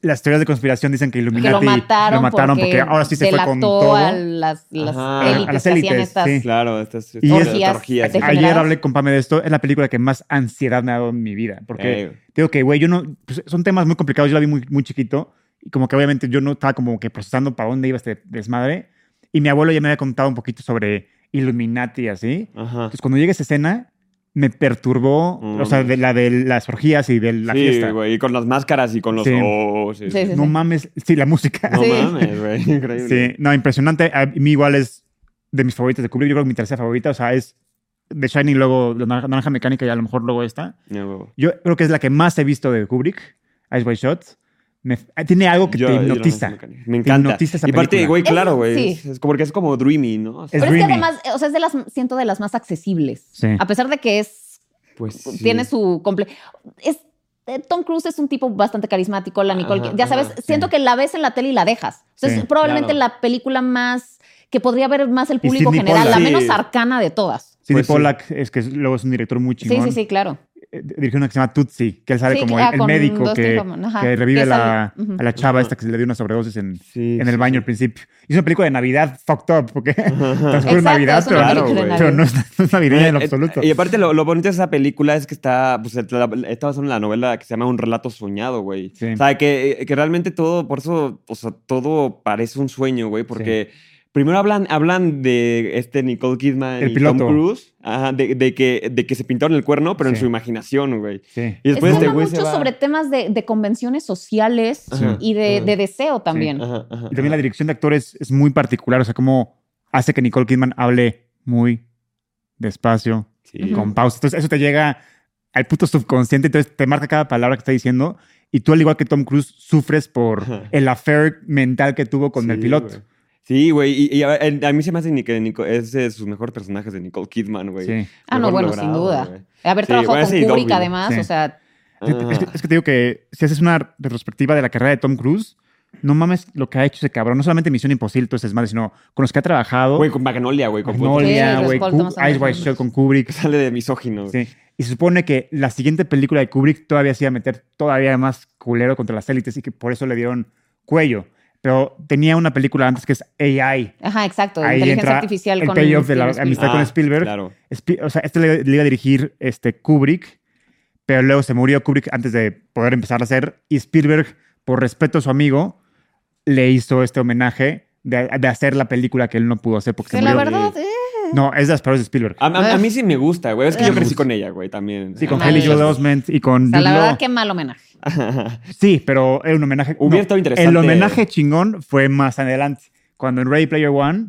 las teorías de conspiración dicen que Illuminati
que lo mataron,
lo mataron porque, ahora sí se fue con
delató
todo.
a las, las
Ajá.
élites
A las
que hacían
élites,
estas.
sí.
Claro, estas
Y
estas
orgías
orgías.
de
¿no?
género.
Ayer
generadas.
hablé con Pame de esto. Es la película que más ansiedad me ha dado en mi vida. Porque
Ey.
digo que, güey, yo no. pues, son temas muy complicados. Yo la vi muy, muy chiquito. Y como que obviamente yo no estaba como que procesando para dónde iba este desmadre. Y mi abuelo ya me había contado un poquito sobre Illuminati y así.
Ajá.
Entonces, cuando llegué a esa escena, me perturbó.
Mm.
O sea, de la de las orgías y de la
Sí,
fiesta.
güey, y con las máscaras y con los
Sí.
ojos.
Sí,
sí, sí.
sí,
No mames. <laughs> Sí, la música.
No
Sí.
mames, güey, <laughs> increíble.
Sí, no, impresionante. A mí igual es de mis favoritas de Kubrick. Yo creo que mi tercera favorita, o sea, es The Shining, luego La Naranja, Naranja Mecánica y a lo mejor luego esta.
Ya, güey.
Yo creo que es la que más he visto de Kubrick, Ice White Shot. Me- ah, tiene algo que
Yo-
te
yo no sé
hipnotiza.
mecánica. Me encanta.
hipnotiza esa
y aparte,
película.
güey,
Es-
claro, güey.
sí.
Es como que es como dreamy, ¿no? O sea,
Es
Pero es que
dreamy.
además, eh, o sea, es de las, siento de las más accesibles.
Sí.
A pesar de que es,
pues sí.
tiene su... comple- es, eh, Tom Cruise es un tipo bastante carismático, la Nicole...
Ajá,
ya sabes,
ajá,
siento que la ves en la tele y la dejas. O sea,
Sí,
es probablemente
claro.
la película más... que podría ver más el público
Sidney
general,
Pollack.
la menos
Sí.
arcana de todas.
Sidney
Pues sí.
Pollack es que es- luego es un director muy chingón.
Sí, sí, sí, claro.
Eh, Dirigió una que se llama Tootsie, que él sale
Sí,
como
ah,
el, el
con
médico
Dustin
que,
Hoffman, ajá,
que revive
que
a la,
sale, ujú.
a la chava
Ajá.
esta que se le dio una sobredosis en,
Sí,
en el
sí,
baño al
sí.
principio. Es una película de Navidad fucked up,
<laughs>
porque transcurre
Exacto,
Navidad,
es una
pero,
película de
pero
Navidad.
no es, no es navideña en
Eh,
absoluto.
Y aparte, lo, lo bonito de esa película es que está, pues, la- está basada en la novela que se llama Un relato soñado, güey.
Sí.
O sea, que, que realmente todo, por eso, o sea, todo parece un sueño, güey, porque primero hablan, hablan de este Nicole Kidman
El
y
piloto.
Tom Cruise, ajá, de, de que, de que se pintaron el cuerno, pero en
Sí.
su imaginación, güey.
Sí.
Y después
es que Pues
este
habla
güey se
mucho
va.
sobre temas de, de convenciones sociales
Ajá,
y de,
ajá.
de deseo también.
Ajá, ajá,
Y también la
ajá.
dirección de actores es muy particular, o sea, cómo hace que Nicole Kidman hable muy despacio,
Sí.
<laughs> con pausa. Entonces, eso te llega al puto subconsciente, entonces te marca cada palabra que está diciendo. Y tú, al igual que Tom Cruise, sufres por
Ajá.
el affair mental que tuvo con
Sí,
el piloto.
güey. Sí, güey. Y, y a, a- a mí se me hace ni que Nico- es de sus mejores personajes de Nicole Kidman, güey.
Sí.
Ah, no,
Mejor
bueno, sin
logrado,
duda.
güey.
Haber
Sí,
trabajado
bueno,
con
sí,
Kubrick
Dogville.
además,
Sí.
o sea,
Ah.
Es, que,
Ajá.
es que te digo que si haces una retrospectiva de la carrera de Tom Cruise, no mames lo que ha hecho ese cabrón. No solamente Misión Imposible, todo ese desmadre, sino con los que ha trabajado.
Güey, con Magnolia, güey. Con
Magnolia,
Sí,
güey,
Respawn,
Ku-
Thomas
Eyes Wide
Anderson.
Shut con Kubrick.
Sale de misógino. güey.
Sí. Y se supone que la siguiente película de Kubrick todavía se iba a meter todavía más culero contra las élites y que por eso le dieron cuello. Pero tenía una película antes que es AI.
ajá, exacto, de
Ahí
inteligencia
entra
artificial
el
con este,
payoff de la
Steven
amistad.
Spielberg.
con Spielberg.
Ah, Claro.
Espi- O sea, este le, le iba a dirigir este, Kubrick, pero luego se murió Kubrick antes de poder empezar a hacer. Y Spielberg, por respeto a su amigo, le hizo este homenaje de, de hacer la película que él no pudo hacer porque
Que
se
la
murió.
verdad, eh,
No, es de las peores de Spielberg.
A, a- a
Eh.
mí sí me gusta, güey. Es que
Eh.
yo crecí con ella, güey, también.
Sí, con
Ay,
Haley
Dios.
Joel Osment y con
o sea, la
Jude Law.
verdad, qué mal homenaje.
Sí, pero era un homenaje.
Hubiera
no,
estado interesante.
El homenaje chingón fue más adelante. Cuando en Ready Player One,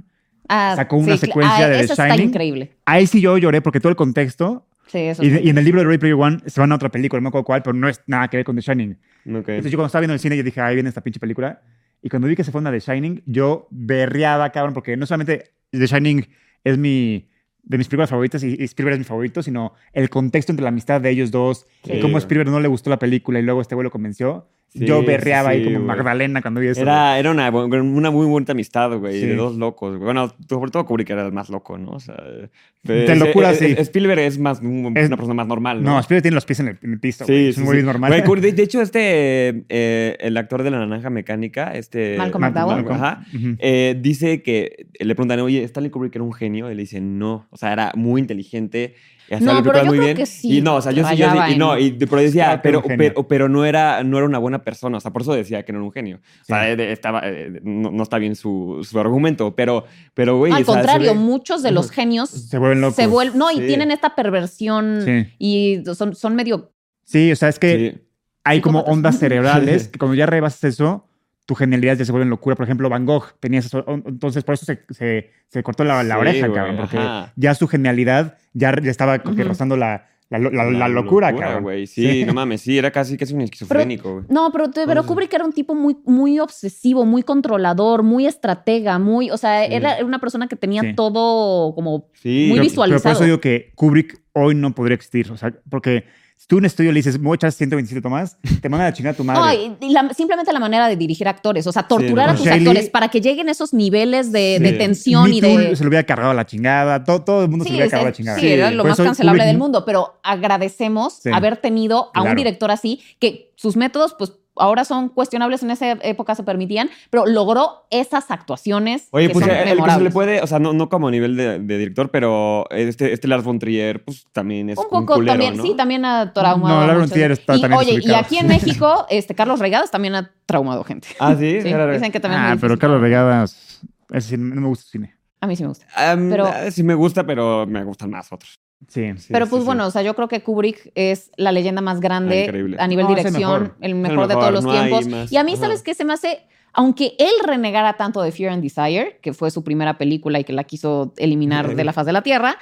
Ah,
Sacó una
cl-
secuencia de The
esa está
Shining.
increíble.
ahí sí yo lloré porque todo el contexto.
Sí, eso
Y,
está
y en el libro de Ready Player One se van a otra película, no me acuerdo cuál, pero no es nada que ver con The Shining.
Ok.
Entonces yo cuando estaba viendo el cine, yo dije, ahí viene esta pinche película. Y cuando vi que se fue una The Shining, yo berreaba, cabrón, porque no solamente The Shining es mi de mis películas favoritas y y Spielberg es mi favorito, sino el contexto entre la amistad de ellos dos
Sí,
y cómo
güey.
Spielberg no le gustó la película y luego este güey lo convenció.
Sí,
yo berreaba
sí,
ahí como
güey.
Magdalena cuando vi eso.
Era, era una, bu- una muy bonita amistad, güey,
Sí.
de dos locos. güey. Bueno, sobre todo Kubrick era el más loco, ¿no? O sea, eh,
De
eh,
locura,
eh,
sí.
eh, Spielberg es más un-
Es-
una persona más normal, ¿no?
No, Spielberg tiene los pies en el, en el piso. güey.
Sí,
es
sí,
un güey
sí.
normal.
Güey, Kubrick, de, de hecho, este, eh, el actor de La Naranja Mecánica, este...
Malcolm
Malcolm
McDowell.
McDowell.
Ajá.
Ujú.
Eh, dice que le preguntan, oye, Stanley Kubrick era un genio. Y le dice, no. O sea, era muy inteligente. y hacía
No,
las
pero
películas
yo
muy
creo
bien.
que sí,
Y no, o sea, yo sí, yo sí.
rayaba
Y no,
en-
y, de- pero decía,
Claro que era
pero,
un genio.
pero, pero no, era, no era una buena persona. O sea, por eso decía que no era un genio. O sea, eh, de- estaba, eh, no, no está bien su, su argumento, pero, pero güey.
Al
o sea, se
contrario,
ve-
muchos de los genios
Se vuelven locos.
se vuelven, no, y
Sí.
tienen esta perversión
Sí.
y son, son medio,
Sí, o sea, es que
Sí.
hay como
Psicópatas.
ondas cerebrales
<laughs> Sí.
que cuando ya rebasas eso, tu genialidad ya se vuelve locura. Por ejemplo, Van Gogh tenía eso. Entonces, por eso se, se- se cortó la, la
Sí,
oreja,
güey,
cabrón. Porque
ajá.
ya su genialidad ya, ya estaba como que
Ujú.
rozando la, la, lo- la- la locura, cabrón.
güey. Sí, no mames. Sí, era casi casi un esquizofrénico, güey.
No, pero, te- pero
sí.
Kubrick era un tipo muy, muy obsesivo, muy controlador, muy estratega, muy, o sea,
Sí.
era una persona que tenía
Sí.
todo como...
Sí.
Muy
Pero- Pero
visualizado.
por eso digo que Kubrick hoy no podría existir. O sea, porque si tú en un estudio le dices, me voy a echar 127 tomas, te mandan a chingar a tu madre.
Ay, y la- simplemente la manera de dirigir actores, o sea, torturar
¿no?
a tus
Shelley-
actores para que lleguen esos niveles de,
Sí.
de tensión
Me
y
Too
de...
se lo hubiera cargado a la chingada. Todo, todo el mundo se
Sí,
lo hubiera cargado a la
es-
chingada.
sí, era lo
Por
más
eso
cancelable
Kubrick
del
no-
mundo, pero agradecemos
Sí.
haber tenido a un
Claro.
director así que sus métodos, pues ahora son cuestionables, en esa época se permitían, pero logró esas actuaciones
Oye,
que
pues
son
el- el que se
memorables.
le puede, o sea, no, no como a nivel de, de director, pero este, este Lars von Trier, pues también es
un poco
culero,
también,
¿no?
sí, también ha traumado.
No,
a
Lars von
muchas-
Trier está
y,
también
Oye, y
desubicado.
aquí en
<laughs>
México, este Carlos Reigadas también ha traumado gente.
Ah, sí,
Sí,
Era-
dicen que también es
ah,
muy
pero
difícil.
Carlos Regadas, es decir, no me gusta su cine.
A mí sí me gusta.
Ah, mm,
pero-
ah, sí me gusta, pero me gustan más otros.
Sí.
Sí,
Pero
sí,
pues
sí.
bueno, o sea, yo creo que Kubrick es la leyenda más grande
Ah, increíble.
a nivel
No, es el
dirección,
mejor.
el mejor,
el
de todos
mejor,
los
no hay
tiempos.
más.
Y a mí,
Ajá.
¿sabes qué? Se me hace, aunque él renegara tanto de Fear and Desire, que fue su primera película y que la quiso eliminar de la faz de la Tierra,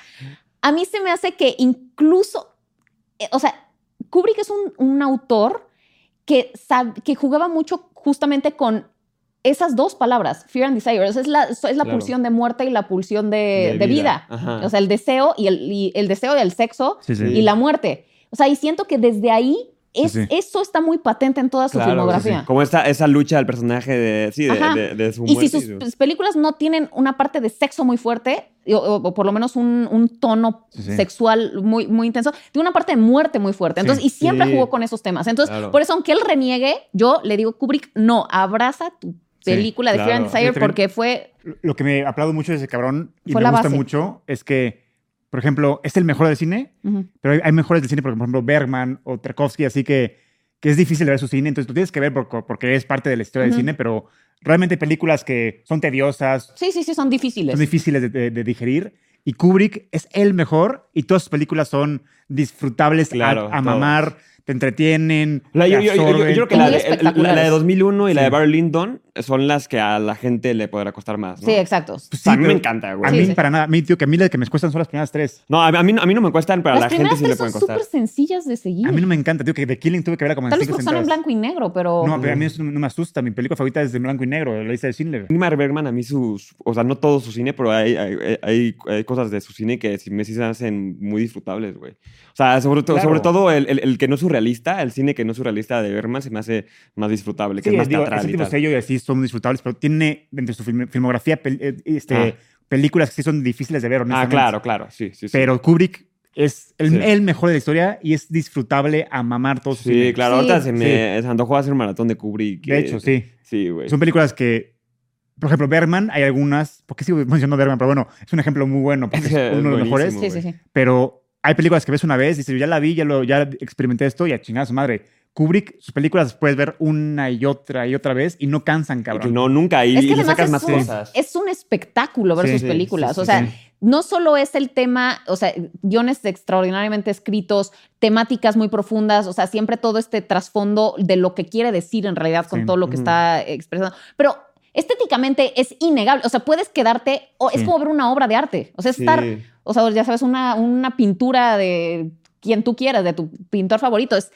a mí se me hace que incluso, eh, o sea, Kubrick es un, un autor que, sab- que jugaba mucho justamente con esas dos palabras, Fear and Desire. O sea, es la, es la
Claro.
pulsión de muerte y la pulsión Eh, de, de vida.
Ajá.
O sea, el deseo y el, y el deseo y el sexo
Sí, sí.
y la muerte. O sea, y siento que desde ahí es,
Sí, sí.
eso está muy patente en toda su
Claro,
filmografía.
sí. Como esta, esa lucha del personaje de, sí, de,
Ajá.
de- de su
Y si
muerte.
sus sus películas no tienen una parte de sexo muy fuerte, o, o- o por lo menos un, un tono
Sí, sí.
sexual muy, muy intenso, tiene una parte de muerte muy fuerte. Entonces, y siempre
Sí.
jugó con esos temas. Entonces,
Claro.
por eso, aunque él reniegue, yo le digo, Kubrick, no, abraza tu película de Fear
claro.
and Desire
Yo también-
porque fue...
Lo que me aplaudo mucho de ese cabrón y
Fue
me
la
gusta
base.
mucho es que, por ejemplo, es el mejor del cine,
Ujú.
pero hay, hay mejores del cine, por ejemplo, Bergman o Tarkovsky, así que, que es difícil ver su cine. Entonces tú tienes que ver por- porque es parte de la historia
Ujú.
del cine, pero realmente películas que son tediosas,
Sí, sí, sí, son difíciles.
son difíciles de, de- de digerir. Y Kubrick es el mejor y todas sus películas son disfrutables a-
Claro,
a,
todas.
mamar, te entretienen.
La- yo,
te
yo- yo- yo- yo
absorben.
creo que la
Muy
de, el- la, la de
espectaculares.
2001 y la
Sí.
de Barry Lyndon son las que a la gente le podrá costar más. ¿no?
Sí, exacto.
Pues
O sea, a mí me
pero
encanta,
A
güey.
mí
Sí, sí.
para nada. A mí, tío, que a mí las que me cuestan son las primeras tres.
No, a, a mí, no- a mí no me cuestan, pero a la
Las
gente
primeras
sí le
tres
pueden
son
costar.
súper sencillas de seguir.
A mí no me encanta, tío, que The Killing tuve que verla como en
Tal vez
cinco
porque son en
sentadas.
blanco y negro, pero...
No, pero a mí eso no me asusta. Mi película favorita es de blanco y negro, la lista de Schindler.
Ingmar Bergman, a mí sus, o sea, no todo su cine, pero hay, hay, hay- hay cosas de su cine que sí me sí se hacen muy disfrutables, güey. O sea, sobre, to-
Claro.
sobre todo el, el- el que no es surrealista, el cine que no es surrealista de Bergman se me hace más disfrutable, que es más
digo,
teatral
ese
y
tipo de
tal.
sello y así son disfrutables, pero tiene dentro de su film- filmografía pel- eh, este,
Ah.
películas que sí son difíciles de ver,
Ah,
honestamente.
claro, claro, sí, sí, sí.
Pero Kubrick es el,
Sí.
el mejor de la historia y es disfrutable a mamar todo su
sí,
cine.
claro,
Sí.
ahorita se me se antojó hacer un maratón de Kubrick.
De
eh,
hecho, sí.
Sí, güey.
Son películas que, por ejemplo, Berman, hay algunas, porque sigo mencionando Berman, pero bueno, es un ejemplo muy bueno, porque
<laughs>
es
Es que es
uno de los
buenísimo.
mejores.
Sí, sí, sí.
pero hay películas que ves una vez y dices, yo ya la vi, ya, lo, ya experimenté esto y a chingar a su madre. Kubrick, sus películas las puedes ver una y otra y otra vez y no cansan,
Y que
cabrón.
no, nunca. ahí
Es que
le
además
sacas
es
más
un-
cosas.
Es un espectáculo ver
Sí,
sus
sí,
películas.
sí,
o
sí,
sea,
sí.
no solo es el tema, o sea, guiones extraordinariamente escritos, temáticas muy profundas, o sea, siempre todo este trasfondo de lo que quiere decir en realidad con
Sí.
todo lo que
Ujú.
está expresando. Pero estéticamente es innegable. O sea, puedes quedarte, o es
Sí.
como ver una obra de arte. O sea, es estar
Sí.
O sea, ya sabes, una, una pintura de quien tú quieras, de tu pintor favorito, es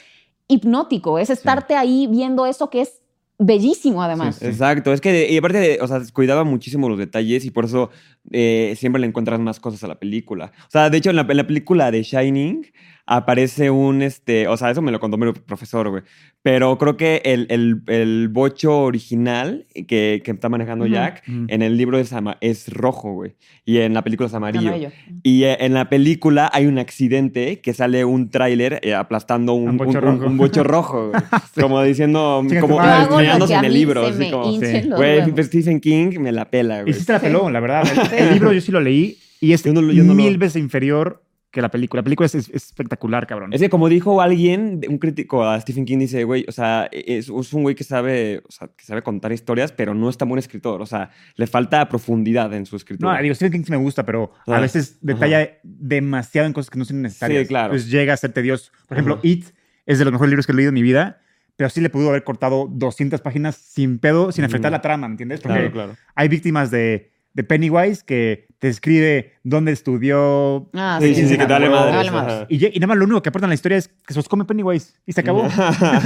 hipnótico, es estarte ahí viendo eso que es bellísimo además.
Sí.
Exacto, es que, y aparte, de- o sea, cuidaba muchísimo los detalles y por eso eh, siempre le encuentras más cosas a la película. O sea, de hecho, en la, en la película de Shining aparece un, este, o sea, eso me lo contó mi profesor, güey, pero creo que el, el- el bocho original que, que está manejando
Ujú. Mm.
Jack
Ujú.
en el libro es, ama- es rojo, güey, y en la película es amarillo.
Amarillo.
Y eh, en la película hay un accidente que sale un tráiler eh, aplastando un,
Un bocho
un- un-
rojo.
un bocho
<laughs>
rojo, güey. como diciendo,
Chinga tu
como
Yo
madre. Ah,
hago lo
meándose
que a
en el
mí
libro.
se
así
me
como,
hinchen
Sí.
los
Güey, pues,
huevos.
Stephen King me la pela,
Y
güey.
sí se la
Sí.
peló, la verdad. El,
<laughs> Sí.
el libro yo sí lo leí y es
Yo no lo- yo no lo-
mil veces inferior que la película. La película es, es espectacular, cabrón.
Es que como dijo alguien, un crítico a Stephen King dice, güey, o sea, es, es un güey que sabe, o sea, que sabe contar historias, pero no es tan buen escritor. O sea, le falta profundidad en su escritura.
no, digo, Stephen King sí me gusta, pero a
Ah.
veces detalla demasiado en cosas que no son necesarias.
Sí, claro.
Entonces llega a ser tedioso. Por ejemplo,
Ajá.
It es de los mejores libros que he leído en mi vida, pero sí le pudo haber cortado 200 páginas sin pedo, sin afectar
Ujú.
la trama, ¿entiendes? Porque
claro, claro.
hay víctimas de, de Pennywise que te escribe dónde estudió.
Ah,
Sí, sí,
sí,
sí, que
me
dale
acuerdo.
madre.
Dale madres.
Y, ye- y nada más lo único que aportan a la historia es que se los come Pennywise y se
<laughs>
acabó. <laughs>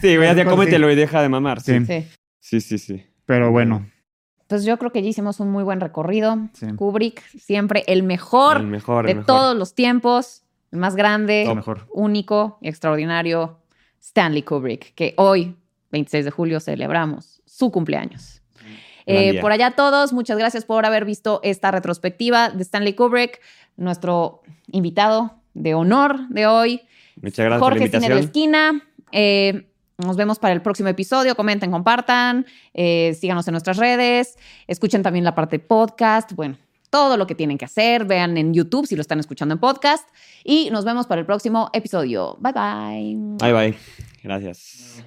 sí, güey,
Cosas así.
ya cómetelo y deja de mamar.
Sí.
Sí,
Sí.
sí, sí. sí.
Pero bueno,
Pues yo creo que ya hicimos un muy buen recorrido.
Sí.
Kubrick, siempre el mejor
El mejor, el
de
mejor.
todos los tiempos, el más grande,
lo mejor.
único y extraordinario Stanley Kubrick, que hoy, 26 de julio, celebramos su cumpleaños.
Gran
Eh,
día.
por allá a todos, muchas gracias por haber visto esta retrospectiva de Stanley Kubrick, nuestro invitado de honor de hoy,
Muchas gracias por la
Jorge Cine de la
invitación.
Esquina. Eh, Nos vemos para el próximo episodio. Comenten, compartan, eh, síganos en nuestras redes, escuchen también la parte de podcast. Bueno, todo lo que tienen que hacer, vean en YouTube si lo están escuchando en podcast. Y nos vemos para el próximo episodio. Bye bye.
Bye, bye. Gracias.